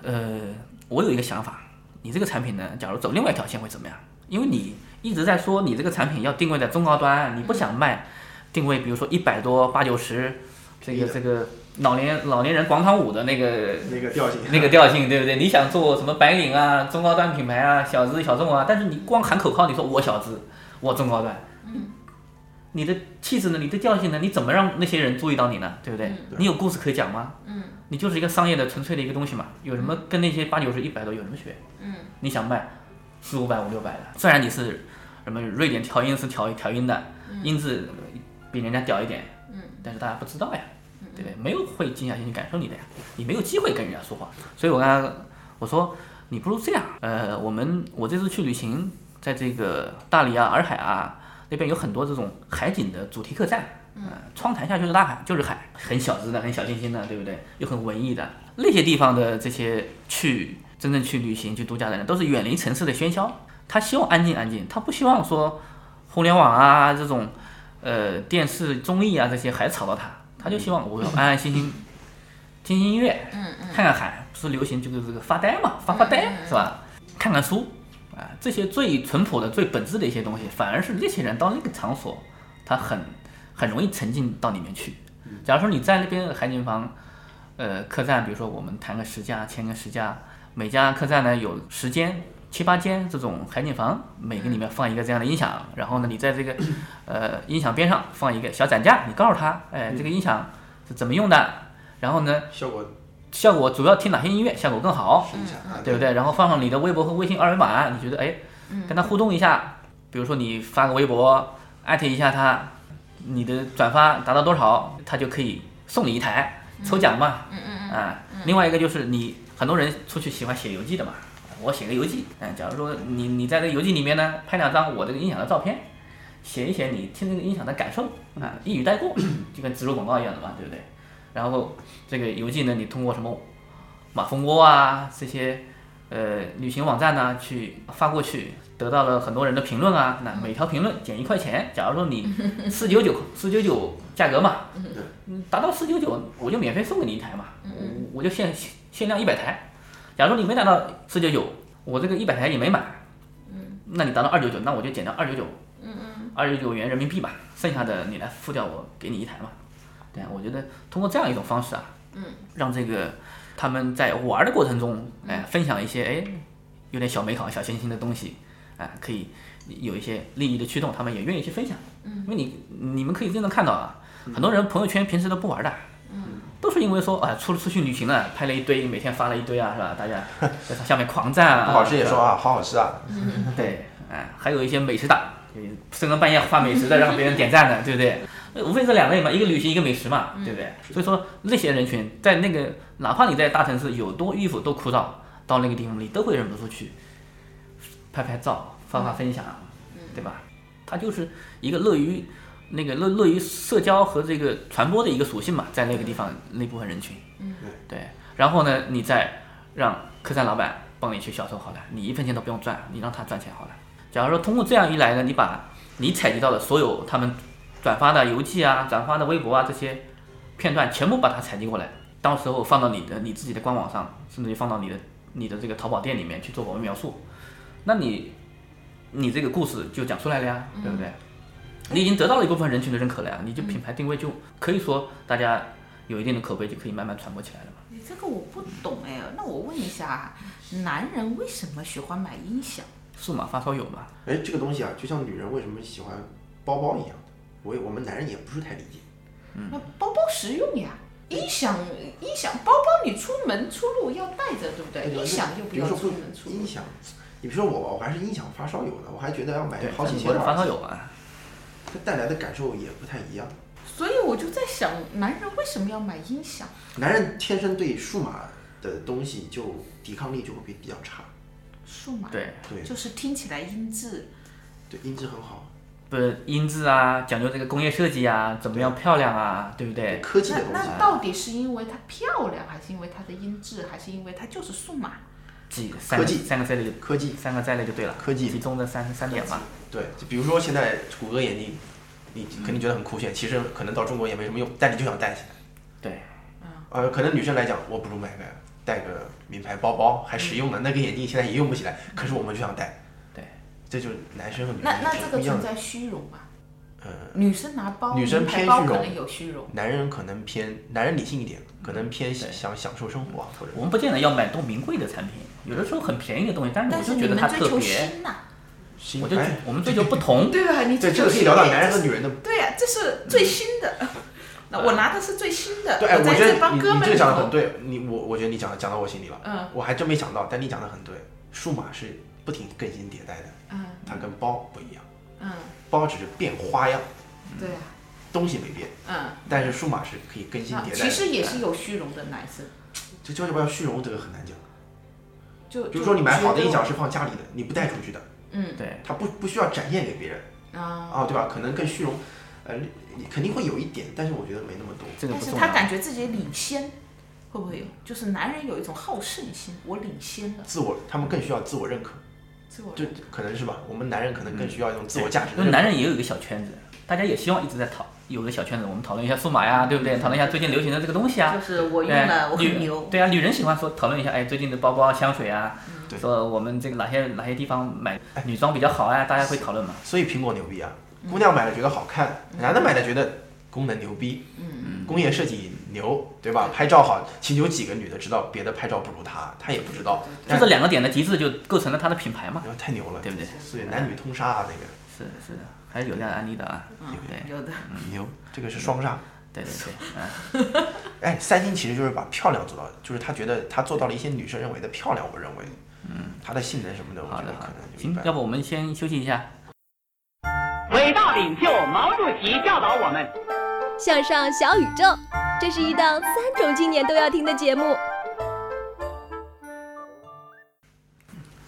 S3: 呃，我有一个想法，你这个产品呢，假如走另外一条线会怎么样？因为你一直在说你这个产品要定位在中高端，你不想卖定位，比如说一百多、八九十，这个这个老年老年人广场舞的那个
S5: 那个调性
S3: 那个调性，对不对？你想做什么白领啊、中高端品牌啊、小资小众啊，但是你光喊口号，你说我小资，我中高端，
S6: 嗯
S3: 你的气质呢，你的调性呢，你怎么让那些人注意到你呢？对不对？
S6: 嗯
S3: 你有故事可以讲吗？
S6: 嗯
S3: 你就是一个商业的纯粹的一个东西嘛，有什么跟那些八九十、一百多有什么区别？
S6: 嗯
S3: 你想卖四五百、五六百的，虽然你是什么瑞典调音师调调音的，
S6: 嗯
S3: 音质比人家屌一点，
S6: 嗯
S3: 但是大家不知道呀，
S6: 嗯
S3: 对不对？没有会静下心去感受你的呀，你没有机会跟人家说话。所以我刚才我说，你不如这样，呃，我们我这次去旅行，在这个大理啊、洱海啊那边有很多这种海景的主题客栈，
S6: 嗯
S3: 呃窗台下就是大海，就是海，很小资的，很小清新的，对不对？又很文艺的，那些地方的这些去真正去旅行、去度假的人，都是远离城市的喧嚣，他希望安静安静，他不希望说互联网啊这种，呃，电视综艺啊这些还吵到他，他就希望我要安安心心听听音乐，
S6: 嗯嗯
S3: 看看海，不是流行就是这个发呆嘛，发发呆是吧？看看书啊，这些最淳朴的、最本质的一些东西，反而是那些人到那个场所，他很很容易沉浸到里面去。
S6: 嗯
S3: 假如说你在那边海景房，呃，客栈，比如说我们谈个十家，签个十家，每家客栈呢有十间、七八间这种海景房，每个里面放一个这样的音响，然后呢，你在这个 呃音响边上放一个小展架，你告诉他，哎，这个音响是怎么用的，然后呢，
S5: 效果
S3: 效果主要听哪些音乐效果更好，
S5: 试一下啊，
S3: 嗯对不对？然后放上你的微博和微信二维码，你觉得哎
S6: 嗯，
S3: 跟他互动一下，比如说你发个微博，艾特一下他，你的转发达到多少，他就可以送你一台，抽奖嘛。
S6: 嗯嗯嗯
S3: 啊，另外一个就是你很多人出去喜欢写游记的嘛，我写个游记，嗯，假如说你你在这个游记里面呢拍两张我这个音响的照片，写一写你听这个音响的感受
S6: 嗯
S3: 啊，一语带过， 就跟植入广告一样的嘛，对不对？然后这个游记呢，你通过什么马蜂窝啊这些呃旅行网站呢、去发过去，得到了很多人的评论啊，那每条评论减一块钱，假如说你四九九四九九价格嘛，嗯达到四九九，我就免费送给你一台嘛，我我就限限量一百台。假如说你没达到四九九，我这个一百台也没买，
S6: 嗯
S3: 那你达到二九九，那我就减掉二九九，
S6: 嗯
S3: 二九九元人民币吧，剩下的你来付掉，我给你一台嘛。对啊，我觉得通过这样一种方式啊，
S6: 嗯
S3: 让这个他们在玩的过程中，哎，分享一些哎有点小美好、小清新的东西，哎，可以有一些利益的驱动，他们也愿意去分享。
S6: 嗯
S5: 嗯
S3: 因为你你们可以真的看到啊，很多人朋友圈平时都不玩的，
S6: 嗯
S3: 都是因为说，哎，出出去旅行了，拍了一堆，每天发了一堆啊，是吧？大家在下面狂赞啊，
S5: 不好吃也
S3: 是吧
S5: 说啊，好好吃啊。
S3: 嗯 对，哎，还有一些美食党，就是深更半夜发美食的，让别人点赞的，对不对？ 呃无非这两类嘛，一个旅行，一个美食嘛，对不对？所以说那些人群在那个，哪怕你在大城市有多迂腐、多枯燥，到那个地方你都会忍不住去拍拍照、发发分享，对吧？它就是一个乐于那个乐乐于社交和这个传播的一个属性嘛，在那个地方那部分人群，
S6: 嗯
S3: 对。然后呢，你再让客栈老板帮你去销售好了，你一分钱都不用赚，你让他赚钱好了。假如说通过这样一来呢，你把你采集到的所有他们转发的邮寄啊、转发的微博啊这些片段全部把它采集过来，到时候放到你的你自己的官网上，甚至于放到你的你的这个淘宝店里面去做文描述，那你你这个故事就讲出来了呀，对不对？你已经得到了一部分人群的认可了呀，你就品牌定位就可以说大家有一定的口碑，就可以慢慢传播起来了嘛。
S6: 你这个我不懂哎，那我问一下啊，男人为什么喜欢买音响？
S3: 数码发烧友嘛，
S5: 哎，这个东西啊，就像女人为什么喜欢包包一样的，我也我们男人也不是太理解。
S6: 那包包实用呀，音响音响包包你出门出路要带着，对不对？音响又不
S5: 啊比如
S6: 要
S5: 说
S6: 出
S5: 会
S6: 门出
S5: 音响，你比如说我吧，我还是音响发烧友呢，我还觉得要买
S3: 对
S5: 好几
S3: 很
S5: 千
S3: 多
S5: 的
S3: 的发烧友啊，
S5: 它带来的感受也不太一样。
S6: 所以我就在想，男人为什么要买音响？
S5: 男人天生对数码的东西就抵抗力就会比比较差，
S6: 数码
S3: 对
S5: 对
S6: 就是听起来音质。
S5: 对音质很好。
S3: 不是音质啊，讲究这个工业设计啊，怎么样漂亮啊，对不对？
S5: 科
S6: 那
S5: 啊
S6: 那到底是因为它漂亮，还是因为它的音质，还是因为它就是数码？
S3: 几三个
S5: 科技
S3: 三个在类就
S5: 科技
S3: 三个在类就对了，
S5: 科技
S3: 集中的三三点嘛。
S5: 对，就比如说现在谷歌眼镜，你肯定觉得很酷炫，其实可能到中国也没什么用，但你就想戴起来。
S3: 对，
S5: 呃，可能女生来讲，我不如买个带个名牌包包，还实用呢。那个眼镜现在也用不起来，可是我们就想戴。
S3: 对，
S5: 这就是男生和女生
S6: 那那
S5: 是
S6: 这
S5: 不
S6: 个
S5: 一样
S6: 存
S5: 的。
S6: 在虚荣吧？
S5: 呃，
S6: 女生拿包，
S5: 女生
S6: 名牌
S5: 偏
S6: 包
S5: 虚
S6: 可
S5: 荣
S6: 能有虚荣。
S5: 男人可能偏男人理性一点，可能偏想享受生活啊，或者
S3: 我们不见得要买多名贵的产品，有的时候很便宜的东西，但是我
S6: 但是
S3: 就
S6: 你
S3: 觉得
S6: 们
S3: 它
S6: 追
S3: 特
S6: 求
S3: 别。
S6: 新呐、
S5: 新
S3: 我就
S5: 哎
S3: 我们追求不同，
S6: 对吧？你
S5: 对这
S6: 追求
S5: 个可以聊到
S6: 新
S5: 男人和女人的。嗯
S6: 对呀、这是最新的。 那我拿的是最新的，
S5: 对，哎，我
S6: 在
S5: 觉
S6: 这
S5: 得
S6: 帮
S5: 你
S6: 哥
S5: 你
S6: 们
S5: 这个
S6: 里
S5: 讲的
S6: 头
S5: 很，对，你我我觉得你讲的讲到我心里了。
S6: 嗯
S5: 我还真没想到，但你讲的很对，数码是不停更新迭代的，
S6: 嗯
S5: 它跟包不一样，
S6: 嗯，
S5: 包只是变花样，
S6: 对啊，
S5: 东西没变，
S6: 嗯，
S5: 但是数码是可以更新
S6: 啊
S5: 迭代的。
S6: 其实也是有虚荣的男生，
S5: 这就要不要虚荣，这个很难讲。
S6: 就
S5: 比如说你买好的音响是，
S6: 就
S5: 放家里的，你不带出去的，
S6: 嗯，
S3: 对，
S5: 它不不需要展现给别人
S6: 啊，
S5: 啊，对吧？可能更虚荣，呃，你肯定会有一点，但是我觉得没那么多。
S3: 这
S6: 但是他感觉自己领先，会不会有？就是男人有一种好胜心，我领先了，
S5: 自我，他们更需要自我认可，
S6: 自我
S5: 就可能是吧？我们男人可能更需要一种自我价值的
S3: 因
S5: 认
S3: 为
S5: 可。
S3: 嗯男人也有一个小圈子，大家也希望一直在讨有个小圈子，我们讨论一下数码呀，对不对？讨论一下最近流行的这个东西啊。
S6: 就是我用
S3: 对
S6: 了，我
S3: 女
S6: 很牛，
S3: 对啊，女人喜欢说讨论一下，哎，最近的包包、香水啊，
S6: 嗯
S5: 对
S3: 说我们这个哪些哪些地方买
S6: 哎
S3: 女装比较好啊，大家会讨论嘛。
S5: 所以苹果牛逼啊，姑娘买了觉得好看，男的买了觉得功能牛逼，
S6: 嗯
S5: 工业设计牛，对吧？拍照好，其实有几个女的知道别的拍照不如她，她也不知道，
S3: 就这两个点的极致就构成了它的品牌嘛，
S5: 太牛了，
S3: 对不对？
S5: 所以男女通杀啊，那个
S3: 是的，是的，还是有这样的案例的啊。
S6: 嗯
S3: 对，
S6: 有的，
S5: 牛，这个是双杀。
S3: 对对对，嗯。
S5: 哎，三星其实就是把漂亮做到，就是他觉得他做到了一些女生认为的漂亮，我认为，嗯，它的性能什么的，我觉得可能就一
S3: 行，
S5: 般。
S3: 要不我们先休息一下。
S10: 伟大领袖毛主席教导我们，
S11: 向上小宇宙，这是一档三种青年都要听的节目。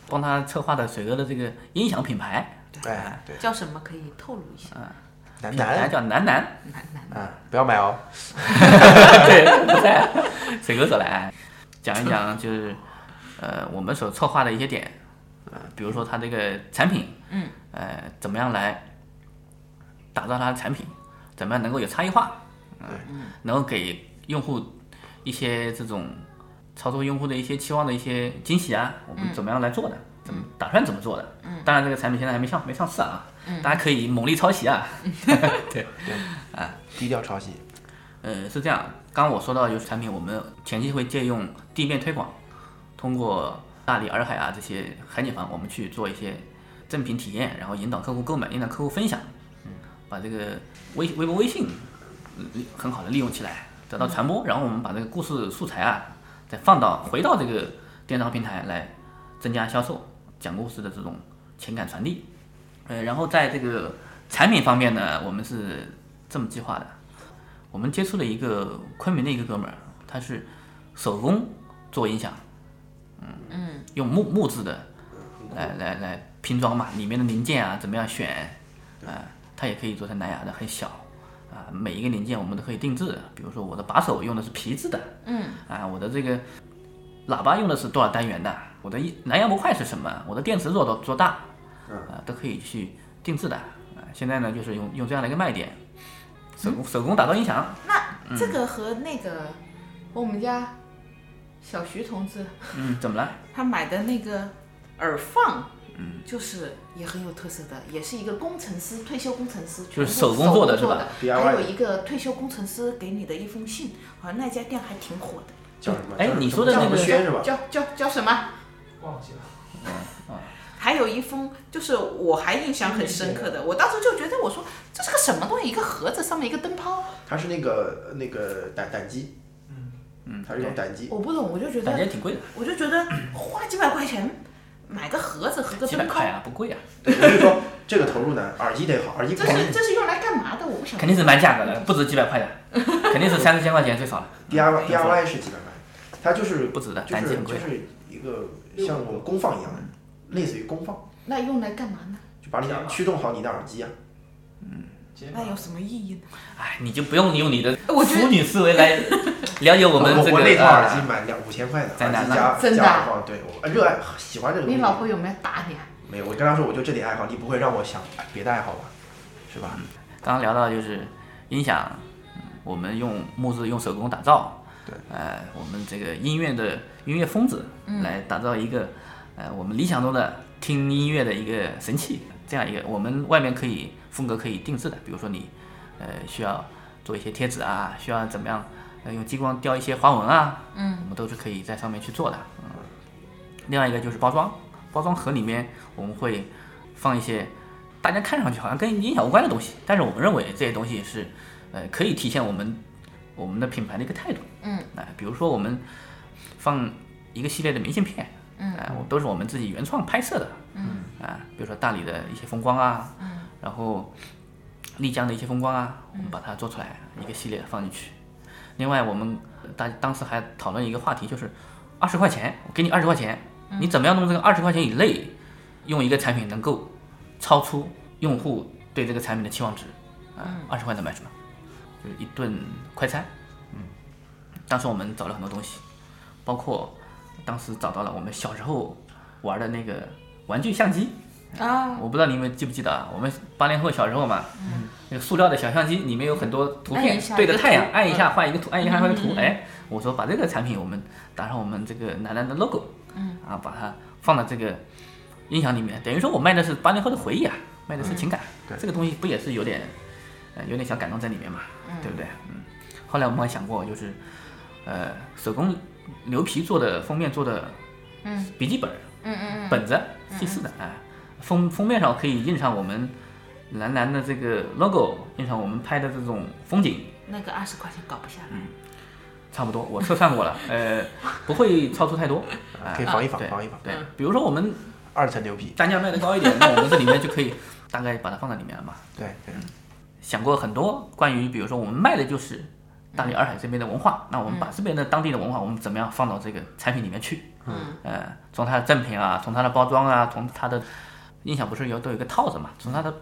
S3: 帮他策划的水哥的这个音响品牌，
S5: 哎，对，
S6: 叫什么可以透露一下？
S5: 男
S3: 品牌
S5: 男
S3: 叫男男，
S6: 男男
S5: 嗯，不要买哦。
S3: 对，不在水哥所来，讲一讲就是呃我们所策划的一些点，呃比如说他这个产品，
S6: 嗯，
S3: 呃怎么样来打造它的产品，怎么样能够有差异化，嗯，能够给用户一些这种超出用户的一些期望的一些惊喜啊，我们
S6: 嗯
S3: 怎么样来做的，怎么打算怎么做的，
S6: 嗯
S3: 当然这个产品现在还没上没上市啊，
S6: 嗯
S3: 大家可以猛力抄袭啊，对
S5: 对
S3: 啊，
S5: 低调抄袭。
S3: 呃，是这样，刚刚我说到有产品，我们前期会借用地面推广，通过大理、洱海啊这些海景房，我们去做一些赠品体验，然后引导客户购买，引导客户分享，把这个微微博、微信、嗯很好的利用起来，得到传播，然后我们把这个故事素材啊，再放到回到这个电商平台来增加销售，讲故事的这种情感传递。呃，然后在这个产品方面呢，我们是这么计划的。我们接触了一个昆明的一个哥们儿，他是手工做音响，
S6: 嗯，
S3: 用木木质的来来来拼装嘛，里面的零件啊怎么样选啊、它也可以做成蓝牙的，很小啊、每一个零件我们都可以定制。比如说我的把手用的是皮质的，
S6: 嗯
S3: 啊，我的这个喇叭用的是多少单元的，我的一蓝牙模块是什么，我的电池做多多大，啊，都可以去定制的。啊，现在呢，就是用用这样的一个卖点，手工手工打造音响，
S6: 那
S3: 嗯
S6: 这个和那个和我们家小徐同志
S3: 嗯，怎么了？
S6: 他买的那个耳放，
S3: 嗯，
S6: 就是也很有特色的，也是一个工程师，退休工程师，
S3: 就是
S6: 全部
S3: 手工
S6: 做
S3: 做的是吧
S6: 的
S3: DIY
S6: 还有一个退休工程师给你的一封信，好像那家店还挺火的。
S5: 叫什么？
S3: 哎，你说的那个
S6: 叫叫叫什么？
S5: 忘记了。
S6: 还有一封，就是我还印象很深刻的，我当时就觉得我说这是个什么东西，一个盒子上面一个灯泡，
S5: 它是那个那个胆胆机，嗯嗯，它是一种胆机，
S6: 我不懂，我就觉得
S5: 感觉挺贵的
S6: 我就觉得花几百块钱买个盒子和个
S5: 几百
S6: 灯泡
S5: 块，
S3: 啊，不贵啊。
S5: 对，我跟你说，这个投入呢，耳机得好，耳机
S6: 这
S5: 不好
S6: 是这是用来干嘛的？我不想。
S3: 肯定是蛮价格的，不止几百 块的，肯定是三四千块钱最少 了。
S5: DIY
S3: 没错
S5: DIY 是几百块，它就是
S3: 不止的，
S5: 就
S3: 单机
S5: 是
S3: 很
S5: 就
S3: 贵。嗯
S5: 是一个像我们功放一样的，类似于功放，
S6: 那用来干嘛呢？
S5: 就把你的驱动好你的耳机啊。
S6: 那有什么意义呢？
S3: 哎，你就不用用你的
S6: 我觉得
S3: 淑女思维来了解我们
S5: 我
S3: 这个
S5: 我那套耳机
S3: 啊
S5: 买两五千块的，
S3: 宅
S5: 耳
S3: 男
S5: 机
S3: 呢
S5: 加
S6: 真的
S5: 加
S6: 啊
S5: 耳放，对我呃热爱喜欢这个东
S6: 你
S5: 西。
S6: 老婆有没有打你啊？
S5: 没有，我跟他说我就这点爱好，你不会让我想哎别的爱好吧？是吧？
S3: 嗯刚刚聊到就是音响，嗯我们用木质用手工打造，
S5: 对，
S3: 呃，我们这个音乐的音乐疯子
S6: 嗯
S3: 来打造一个，呃，我们理想中的听音乐的一个神器，这样一个我们外面可以风格可以定制的，比如说你，呃，需要做一些贴纸啊，需要怎么样，呃，用激光雕一些花纹啊，我
S6: 嗯
S3: 们都是可以在上面去做的。嗯，另外一个就是包装，包装盒里面我们会放一些大家看上去好像跟音响无关的东西，但是我们认为这些东西是呃可以体现我们我们的品牌的一个态度。
S6: 嗯
S3: 哎、比如说我们放一个系列的明信片，
S6: 嗯
S3: 哎、我都是我们自己原创拍摄的。
S6: 嗯
S3: 啊，比如说大理的一些风光啊，
S6: 嗯
S3: 然后丽江的一些风光啊，我们把它做出来一个系列放进去。另外，我们大当时还讨论一个话题，就是二十块钱，我给你二十块钱，
S6: 嗯
S3: 你怎么样弄这个二十块钱以内，用一个产品能够超出用户对这个产品的期望值啊
S6: 嗯？
S3: 二十块能买什么？就是一顿快餐。嗯，当时我们找了很多东西，包括当时找到了我们小时候玩的那个玩具相机。
S6: 啊，
S3: 我不知道你们记不记得啊？我们八零后小时候嘛，
S6: 嗯
S3: 那个塑料的小相机里面有很多图
S6: 按
S3: 片
S6: 一下，
S3: 对着
S6: 一个
S3: 太阳
S6: 图
S3: 按一下画一个图，按一下画一个图
S6: 嗯嗯。嗯
S3: 哎，我说把这个产品我们打上我们这个楠楠的 logo
S6: 嗯
S3: 啊，把它放到这个音响里面，等于说我卖的是八零后的回忆啊，卖的是情感。这个东西不也是有点呃有点小感动在里面嘛，
S6: 嗯
S3: 对不对？嗯。后来我们还想过，就是呃手工牛皮做的封面做的
S6: 嗯
S3: 笔记本儿，
S6: 嗯嗯嗯，
S3: 本子记事的，哎，封封面上可以印上我们蓝蓝的这个 logo，印上我们拍的这种风景，
S6: 那个二十块钱搞不下来。
S3: 差不多，我测算 过了，呃，不会超出太多，哎
S5: 可以防一防
S3: 对
S5: 防一防
S3: 对，
S6: 嗯
S3: 比如说我们
S5: 二层牛皮，
S3: 单价卖的高一点，那我们这里面就可以大概把它放在里面了嘛。
S5: 对对，
S3: 嗯想过很多关于，比如说我们卖的就是大理洱海这边的文化，那我们把这边的当地的文化，我们怎么样放到这个产品里面去？
S6: 嗯，
S3: 呃，从它的赠品啊，从它的包装啊，从它的音响不是有都有一个套子嘛，从它的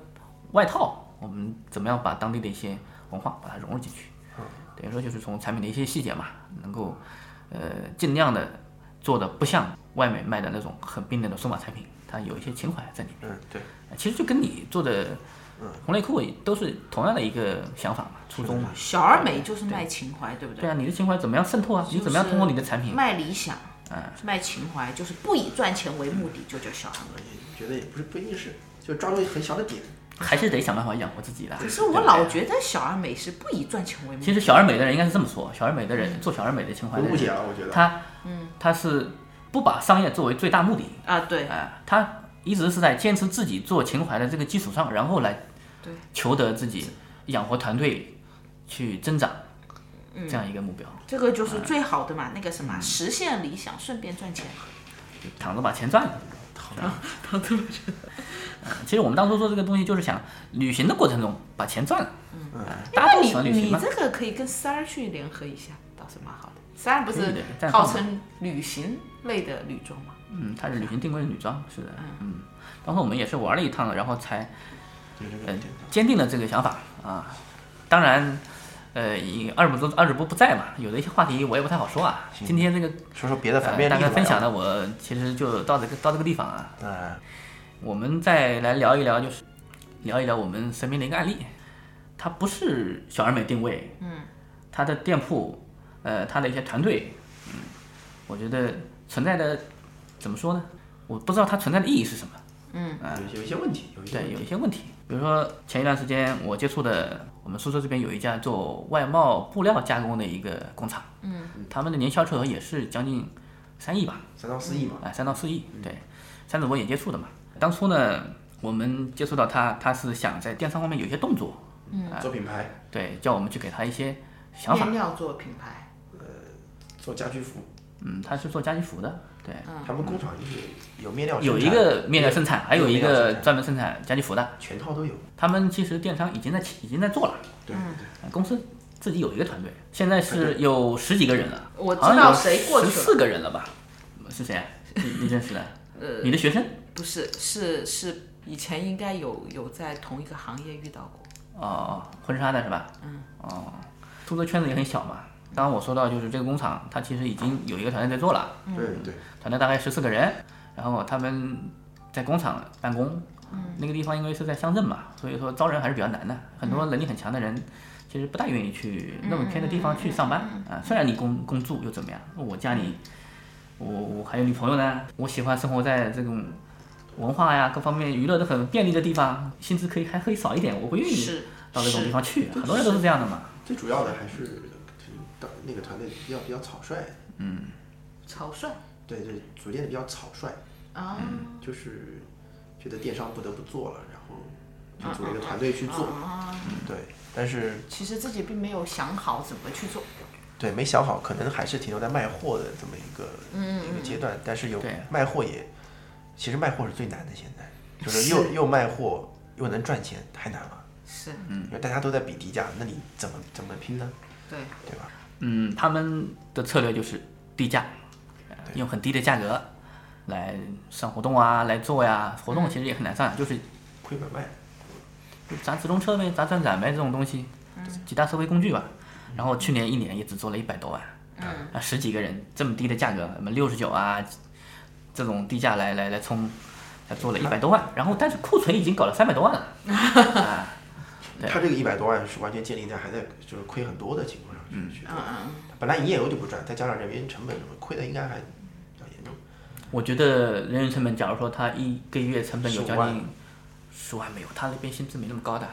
S3: 外套，我们怎么样把当地的一些文化把它融入进去？等于说就是从产品的一些细节嘛，能够呃尽量的做的不像外面卖的那种很冰冷的数码产品，它有一些情怀在里面。
S5: 嗯，对，
S3: 其实就跟你做的红内裤都是同样的一个想法嘛，初衷嘛。
S6: 小而美就是卖情怀，对不对？
S3: 对啊，你的情怀怎么样渗透啊？你怎么样通过你的产品？
S6: 卖理想，
S3: 嗯，
S6: 卖情怀，就是不以赚钱为目的，就叫小而美。
S5: 觉得也不是不一定是，就抓住一个很小的点。
S3: 还是得想办法养活自己的。
S6: 可是我老觉得小而美是不以赚钱为目的。
S3: 其实小而美的人应该是这么说：小而美的人做小而美的情怀的人，
S5: 误解了啊我觉得
S3: 他
S6: 嗯
S3: 他是不把商业作为最大目的，
S6: 啊，对，
S3: 嗯他一直是在坚持自己做情怀的这个基础上，然后来
S6: 对
S3: 求得自己养活团队去增长。
S6: 嗯
S3: 这样一个目标。
S6: 这个
S3: 嗯
S6: 就是最好的嘛，那个什么，实现理想，顺便赚钱。
S3: 嗯躺着把钱赚了。啊 嗯
S6: 躺着把钱。
S3: 其实我们当初做这个东西，就是想旅行的过程中把钱赚了。啊
S6: 嗯，
S3: 大家都喜
S6: 那
S3: 欢
S6: 你
S3: 旅行
S6: 你
S3: 嘛。
S6: 这个可以跟三儿去联合一下，倒是蛮好的。三儿不
S3: 可以的
S6: 是
S3: 绽
S6: 号
S3: 放
S6: 称旅行类的女装吗？
S3: 嗯，它是旅行定位的女装，是的。嗯，当时我们也是玩了一趟，然后才嗯，坚定了这个想法啊。当然，呃，以二主播二主播不在嘛，有的一些话题我也不太好说啊。今天这个
S5: 说说别的反面
S3: 呃大
S5: 例
S3: 概
S5: 子吧啊
S3: 分享的我其实就到这个到这个地方啊。我们再来聊一聊，就是聊一聊我们身边的一个案例。它不是小而美定位，
S6: 嗯，
S3: 它的店铺，呃，它的一些团队，嗯，我觉得存在的怎么说呢？我不知道它存在的意义是什么。
S6: 嗯
S3: 啊，
S5: 呃有一些问题，有一些
S3: 对，有一些问题。比如说前一段时间我接触的，我们苏州这边有一家做外贸布料加工的一个工厂，
S6: 嗯
S3: 他们的年销售额也是将近三亿吧，
S5: 三到四亿嘛，
S3: 哎，三到四亿，
S6: 嗯
S3: 对，三子博也接触的嘛。当初呢，我们接触到他，他是想在电商方面有一些动作，
S6: 嗯
S3: 啊
S5: 做品牌，
S3: 对，叫我们去给他一些想法
S6: 面。料做品牌，
S5: 做家居服，
S3: 嗯，他是做家居服的，对，
S6: 嗯
S5: 他们工厂就是有面料生
S3: 有
S5: 产，
S3: 一个面料生产，还有一
S5: 面料
S3: 个
S5: 生产
S3: 专门生产家居服的，
S5: 全套都有。
S3: 他们其实电商已经在起已经在做了，
S5: 对
S6: 嗯
S3: 对，公司自己有一个团队，现在是有十几个人了，
S6: 我知道谁过去了
S3: 十四个人了吧？是谁啊？你你认识的？
S6: 呃，
S3: 你的学生？
S6: 不是，是是以前应该有有在同一个行业遇到过。
S3: 哦，婚纱的是吧？
S6: 嗯。
S3: 哦，苏州圈子也很小嘛。刚刚我说到，就是这个工厂，它其实已经有一个团队在做了。
S6: 嗯
S5: 对对。
S3: 团队大概十四个人，然后他们在工厂办公。那个地方因为是在乡镇嘛，所以说招人还是比较难的。很多能力很强的人，其实不大愿意去那么偏的地方去上班啊。虽然你工工住又怎么样？我家里，我我还有女朋友呢，我喜欢生活在这种文化呀各方面娱乐都很便利的地方，薪资可以还可以少一点，我不愿意
S5: 是
S3: 到这种地方去。
S5: 是
S3: 很多人都是这样的嘛。
S5: 最主要的还是当那个团队比较比较草率，
S3: 嗯，
S6: 草率
S5: 对对，组建的比较草率，嗯
S6: 啊，
S5: 就是觉得电商不得不做了，然
S6: 嗯
S5: 后就组了一个团队去做，嗯
S6: 啊
S5: 对，但是
S6: 其实自己并没有想好怎么去做。
S5: 对没想好，可能还是停留在卖货的这么一个
S6: 嗯
S5: 一个阶段，但是有
S6: 对
S5: 卖货也，其实卖货是最难的，现在就是又
S6: 是
S5: 又卖货又能赚钱，太难了，
S6: 是，
S5: 因为大家都在比低价，那你怎么怎么拼呢？
S6: 嗯对，
S5: 对吧？
S3: 嗯，他们的策略就是低价，呃用很低的价格来上活动啊，来做呀。活动其实也很难上，就是
S5: 亏本卖，
S3: 就砸直通车呗，砸转展呗，这种东西，几大收费工具吧。然后去年一年也只做了一百多万，
S6: 嗯
S3: 啊，十几个人这么低的价格，什么六十九啊，这种低价来来来冲，才做了一百多万。然后但是库存已经搞了三百多万了，啊，对
S5: 他这个一百多万是完全建立在还在就是亏很多的情况上去去做，
S6: 嗯
S5: 本来营业额就不赚，再加上人员成本什么，亏的应该还比较严重。
S3: 我觉得人员成本，假如说他一个月成本有
S5: 15
S3: 将
S5: 万
S3: 近十万没有，他那边薪资没那么高的，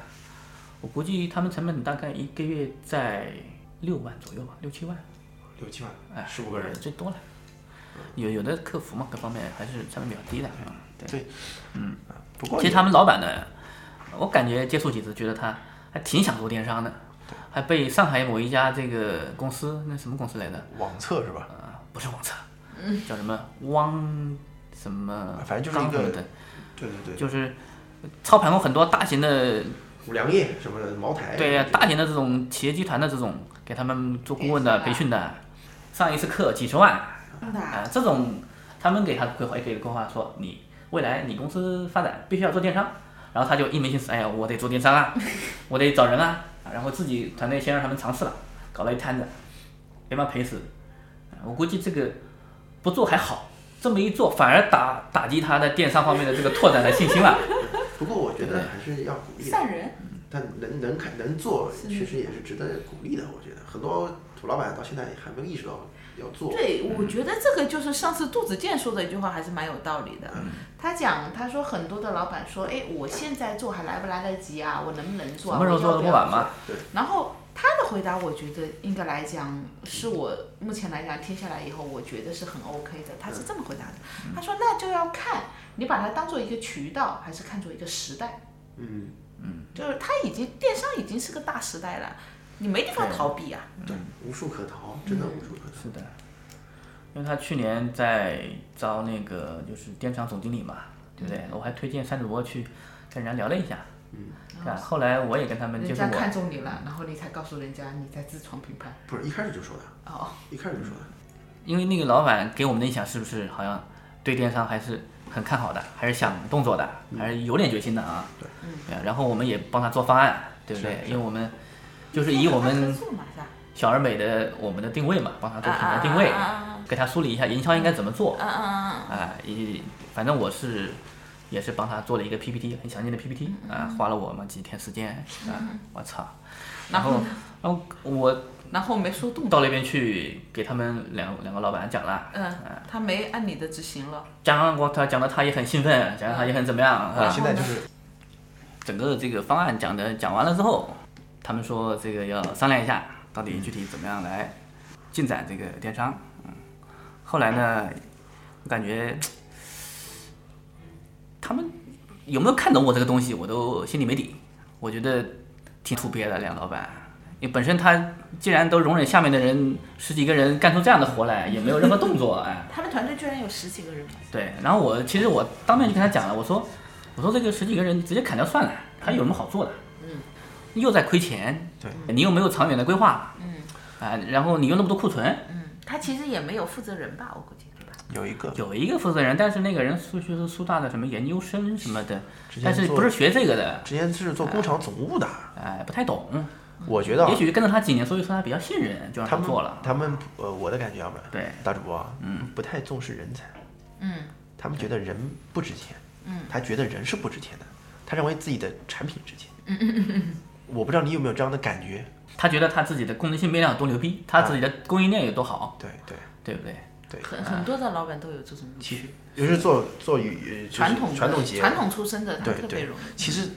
S3: 我估计他们成本大概一个月在六万左右吧，六七万。
S5: 六七万，
S3: 哎，
S5: 十五个人
S3: 最多了。有有的客服嘛，各方面还是成本比较低的。嗯对，嗯，
S5: 啊不过
S3: 其实
S5: 也
S3: 他们老板呢，我感觉接触几次，觉得他还挺想做电商的，还被上海某一家这个公司，那什么公司来的？
S5: 网测是吧？
S3: 啊，不是网测，
S6: 嗯
S3: 叫什么汪什么？
S5: 反正就是一个
S3: 刚什么的，
S5: 对对对
S3: 就是操盘过很多大型的
S5: 五粮液什么的，茅台
S3: 对呀，大型的这种企业集团的这种，给他们做顾问的培训的，上一次课几十万，
S6: 真的啊
S3: 啊，这种他们给他规划，也给规划说你未来你公司发展必须要做电商，然后他就一门心思，哎呀，我得做电商啊，我得找人啊，然后自己团队先让他们尝试了，搞了一摊子，别把赔死。我估计这个不做还好，这么一做反而打打击他的电商方面的这个拓展的信心了。
S5: 不过我觉得还是要鼓励的
S6: 散人。
S5: 但能能看能做，确实也是值得鼓励的。我觉得很多土老板到现在还没有意识到要做。
S6: 对，
S3: 嗯
S6: 我觉得这个就是上次杜子健说的一句话，还是蛮有道理的。
S3: 嗯
S6: 他讲，他说很多的老板说，哎，我现在做还来不来得及啊？我能不能做、啊？
S3: 什么时候
S6: 我要
S3: 做都
S6: 不
S3: 不
S6: 要
S3: 晚嘛。
S5: 对
S6: 然后他的回答，我觉得应该来讲，是我目前来讲听下来以后，我觉得是很 OK 的。他
S3: 嗯
S6: 是这么回答的，他说那就要看你把它当做一个渠道，还是看作一个时代。
S5: 嗯
S6: 就是它已经电商已经是个大时代了，你没地方逃避啊。
S5: 对，无处可逃，真的无处可逃。
S3: 嗯是的，因为他去年在招那个就是电商总经理嘛，对
S6: 嗯
S3: 不对？我还推荐三主播去跟人家聊了一下，嗯，是吧？后来我也跟他们接
S6: 哦人
S3: 触
S6: 家
S3: 过，
S6: 看中你了，然后你才告诉人家你在自创品牌。
S5: 不是一开始就说的，
S6: 哦，
S5: 一开始就说的。
S3: 嗯因为那个老板给我们的印象是不是好像对电商还是很看好的，还是想动作的，还是有点决心的啊？嗯对，
S6: 嗯
S3: 然后我们也帮他做方案，对不对？因为我们就是以我们小而美的我们的定位嘛，帮他做品牌定位，
S6: 啊啊啊啊
S3: 给他梳理一下营销应该怎么做。
S6: 嗯嗯嗯，
S3: 啊，也反正我是也是帮他做了一个 PPT，很详尽的 PPT 啊，花了我们几天时间啊
S6: 嗯，
S3: 我操！
S6: 然
S3: 然
S6: 后
S3: 后然后我
S6: 然后没说动，
S3: 到那边去给他们两两个老板讲了，
S6: 嗯，他没按你的执行了。
S3: 讲我他讲的他也很兴奋，讲的他也很怎么样啊？
S6: 现在就是
S3: 整个这个方案讲的讲完了之后，他们说这个要商量一下，到底具体怎么样来进展这个电商。嗯，后来呢，我感觉他们有没有看懂我这个东西，我都心里没底。我觉得挺土鳖的两个老板，因为本身他既然都容忍下面的人十几个人干出这样的活来，也没有任何动作，哎。
S6: 他们团队居然有十几个人，
S3: 对，然后我其实我当面就跟他讲了，我说我说这个十几个人直接砍掉算了，还有什么好做的？
S6: 嗯，
S3: 又在亏钱，
S5: 对，
S3: 你又没有长远的规划，
S6: 嗯
S3: 啊、然后你又那么多库存，
S6: 嗯，他其实也没有负责人吧，我估计。
S5: 有一个
S3: 有一个负责人，但是那个人苏就是苏大的什么研究生什么的，
S5: 前
S3: 但是
S5: 做
S3: 不是学这个的，
S5: 之前是做工厂总务的，
S3: 哎、不太懂。
S5: 我觉得啊
S3: 也许跟着他几年，所以说他比较信任，就让
S5: 他们
S3: 做了。
S5: 他们呃，我的感觉，要不然
S3: 对
S5: 大主播，嗯，不太重视人才，
S6: 嗯
S5: 他们觉得人不值钱，
S6: 嗯
S5: 他觉得人是不值钱的，他认为自己的产品值钱。
S6: 嗯嗯嗯
S5: 我不知道你有没有这样的感觉，
S3: 他觉得他自己的功能性变量有多牛逼，他自己的
S5: 啊
S3: 供应链有多好，
S5: 对对
S3: 对不对？
S5: 对，
S6: 嗯，很多的老板都有这种误区。
S5: 尤其是做做与呃嗯就是
S6: 传统的
S5: 传统企业
S6: 传统出身的他
S5: 对
S6: 特别
S5: 对
S6: 容易，
S5: 其实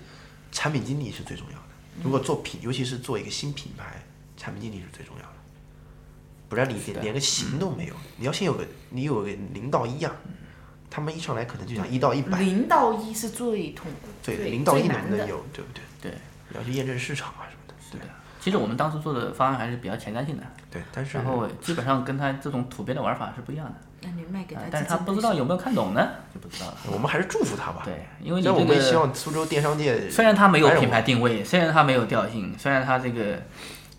S5: 产品经理是最重要的。如果做品，尤其是做一个新品牌，产品经理是最重要的，不然你连连个
S3: 嗯
S5: 行动没有。你要先有个，你有个零到一啊，他们一上来可能就想一到一百，
S6: 零到一是最痛苦，
S5: 对，
S6: 最
S5: 零到一
S6: 最
S5: 能
S6: 难
S5: 不能
S6: 的。
S5: 有，对不对？
S3: 对，
S5: 你要去验证市场啊什么的。对的，
S3: 其实我们当时做的方案还是比较前瞻性的，
S5: 对，但是
S3: 然后基本上跟他这种土鳖的玩法是不一样的，
S6: 那你卖给
S3: 啊
S6: 他，
S3: 但是他不知道有没有看懂呢，就不知道了。
S5: 我们还是祝福他吧。
S3: 对，因为你
S5: 但我
S3: 这
S5: 们
S3: 个
S5: 也希望苏州电商界，
S3: 虽然它没有品牌定位，虽然它没有调性，虽然它这个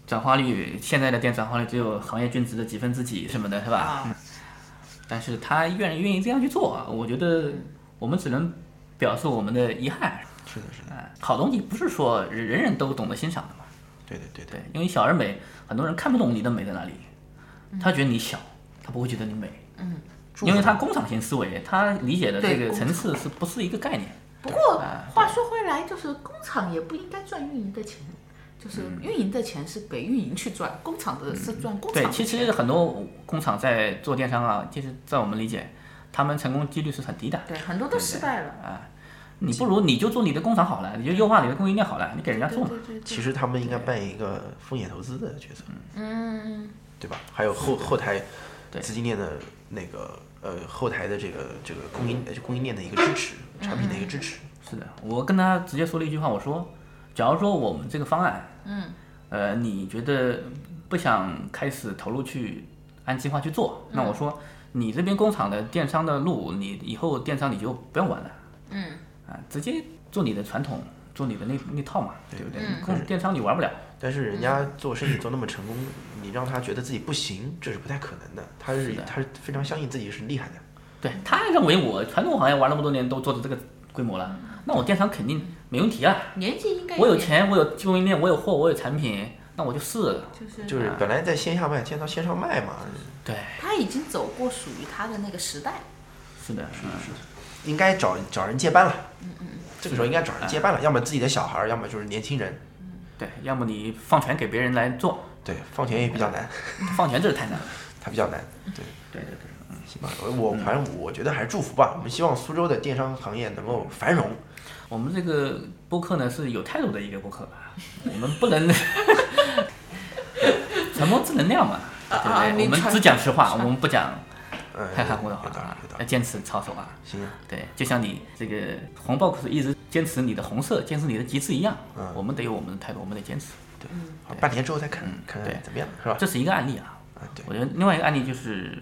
S3: 转化率现在的店转化率只有行业均值的几分之几什么的，是吧？
S6: 啊
S3: 嗯但是他愿愿意这样去做，啊我觉得我们只能表示我们的遗憾。
S5: 是的，是
S3: 的。好东西不是说人人人都懂得欣赏的嘛？
S5: 对对对
S3: 对，因为小而美，很多人看不懂你的美在哪里，他觉得你小，他不会觉得你美。
S6: 嗯，
S3: 因为他工厂型思维，他理解的这
S6: 对
S3: 个
S6: 工
S3: 层次是不是一个概念？
S6: 不过
S3: 啊
S6: 话说回来，就是工厂也不应该赚运营的钱，就是
S3: 嗯
S6: 运营的钱是给运营去赚，工厂的是赚工厂
S3: 对，
S6: 的
S3: 其
S6: 钱。
S3: 实很多工厂在做电商啊，其实在我们理解，他们成功几率是很低的。
S6: 对，很多都失败了。
S3: 啊，你不如你就做你的工厂好了，你就优化你的供应链好了，你给人家做嘛。
S5: 其实他们应该扮演一个风险投资的角色，
S6: 嗯，
S5: 对吧？还有后后台
S3: 对
S5: 资金链的那个呃后台的这个这个供应呃供应链的一个支持，
S6: 嗯
S5: 产品的一个支持。
S3: 是的，我跟他直接说了一句话，我说，假如说我们这个方案，
S6: 嗯
S3: 呃，你觉得不想开始投入去按计划去做，那
S6: 嗯
S3: 我说，你这边工厂的电商的路，你以后电商你就不用玩了。
S6: 嗯
S3: 啊，直接做你的传统，做你的那那套嘛，对不对？
S5: 嗯
S3: 工电商你玩不了，
S6: 嗯
S5: 但是人家做生意做那么成功，你让他觉得自己不行，这是不太可能的。他是他是非常相信自己是厉害的。
S3: 对他认为我传统行业玩那么多年都做到这个规模了，那我电商肯定没问题啊。
S6: 年纪嗯应该
S3: 我有，钱，我有供应链，我有货，我有产品，那我就试了。
S6: 就是
S5: 就是本来在线下卖，现在到线上卖嘛。
S3: 对，
S6: 他已经走过属于他的那个时代。
S3: 是的，是的，
S5: 是的。应该找找人接班了，
S6: 嗯嗯
S5: 这个时候应该找人接班了，要么自己的小孩儿，要么就是年轻人。
S3: 对，要么你放权给别人来做。
S5: 对，放权也
S6: 嗯
S5: 比较难，
S3: 放权这是太难了。
S5: 它比较难。对，
S3: 对对对，嗯，
S5: 行吧，呃我我反正我觉得还是祝福吧。我们希望苏州的电商行业能够繁荣。
S3: 我们这个播客呢是有态度的一个播客，我们不能传播正能量嘛，对不
S5: 啊啊
S3: 对？
S5: 你
S3: 我们
S5: 传
S3: 只讲实话，我们不讲
S5: 嗯
S3: 太含糊的话啊，要坚持操守啊。
S5: 行，
S3: 对，就像你这个嗯黄 box 一直坚持你的红色，坚持你的极致一样，我们得有我们的态度，我们得坚持。
S5: 对，好半年之后再看看看怎么样，是吧？
S3: 嗯这是一个案例啊。我觉得另外一个案例就是，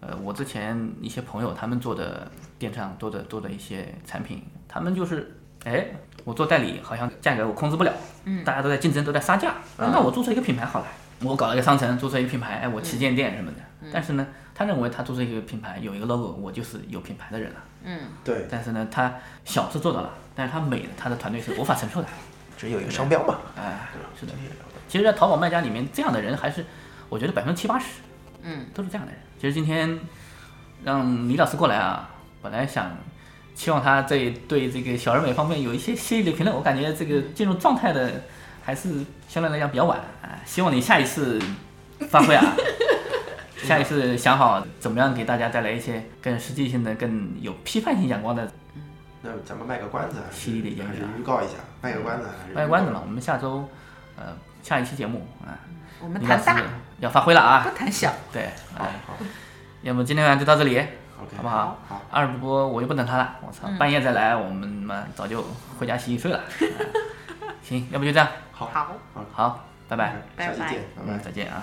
S3: 呃，我之前一些朋友他们做的电商做的做的一些产品，他们就是，哎，我做代理好像价格我控制不了，
S12: 嗯
S3: 大家都在竞争，都在杀价，
S12: 嗯
S3: 那我注册一个品牌好了，我搞一个商城，注册一个品牌，哎，我旗舰店什么的。
S12: 嗯
S3: 但是呢，他认为他注册一个品牌有一个 logo，我就是有品牌的人了。
S12: 嗯，
S5: 对。
S3: 但是呢，他小是做到了，但是他美，他的团队是无法承受的。
S5: 只有一个商标嘛。
S3: 哎，是的。其实，在淘宝卖家里面，这样的人还是，我觉得百分之七八十
S12: 嗯，
S3: 都是这样的人。其实今天让李老师过来啊，本来想期望他这对这个小而美方面有一些犀利的评论，我感觉这个进入状态的还是相对来讲比较晚啊。希望你下一次发 挥啊，下一次想好怎么样给大家带来一些更实际性的、更有批判性眼光的
S5: 那咱们卖个关子，
S3: 犀利的言
S5: 还是
S3: 语啊。
S5: 预告一下，卖个关子，还是
S3: 卖关子嘛，我们下周呃下一期节目啊，
S6: 我们
S3: 李老
S6: 谈大
S3: 师要发挥了啊，
S6: 不谈小。
S3: 对，好，要么今天晚上就到这里，好不好？
S5: 好，
S3: 二主播我就不等他了，我操，
S6: 嗯
S3: 半夜再来，我们嘛早就回家洗洗睡了。啊 行，要不就这样，
S5: 好，
S6: 好，
S3: 好，拜拜，
S6: 拜拜下期见
S5: 拜拜，
S3: 再见啊。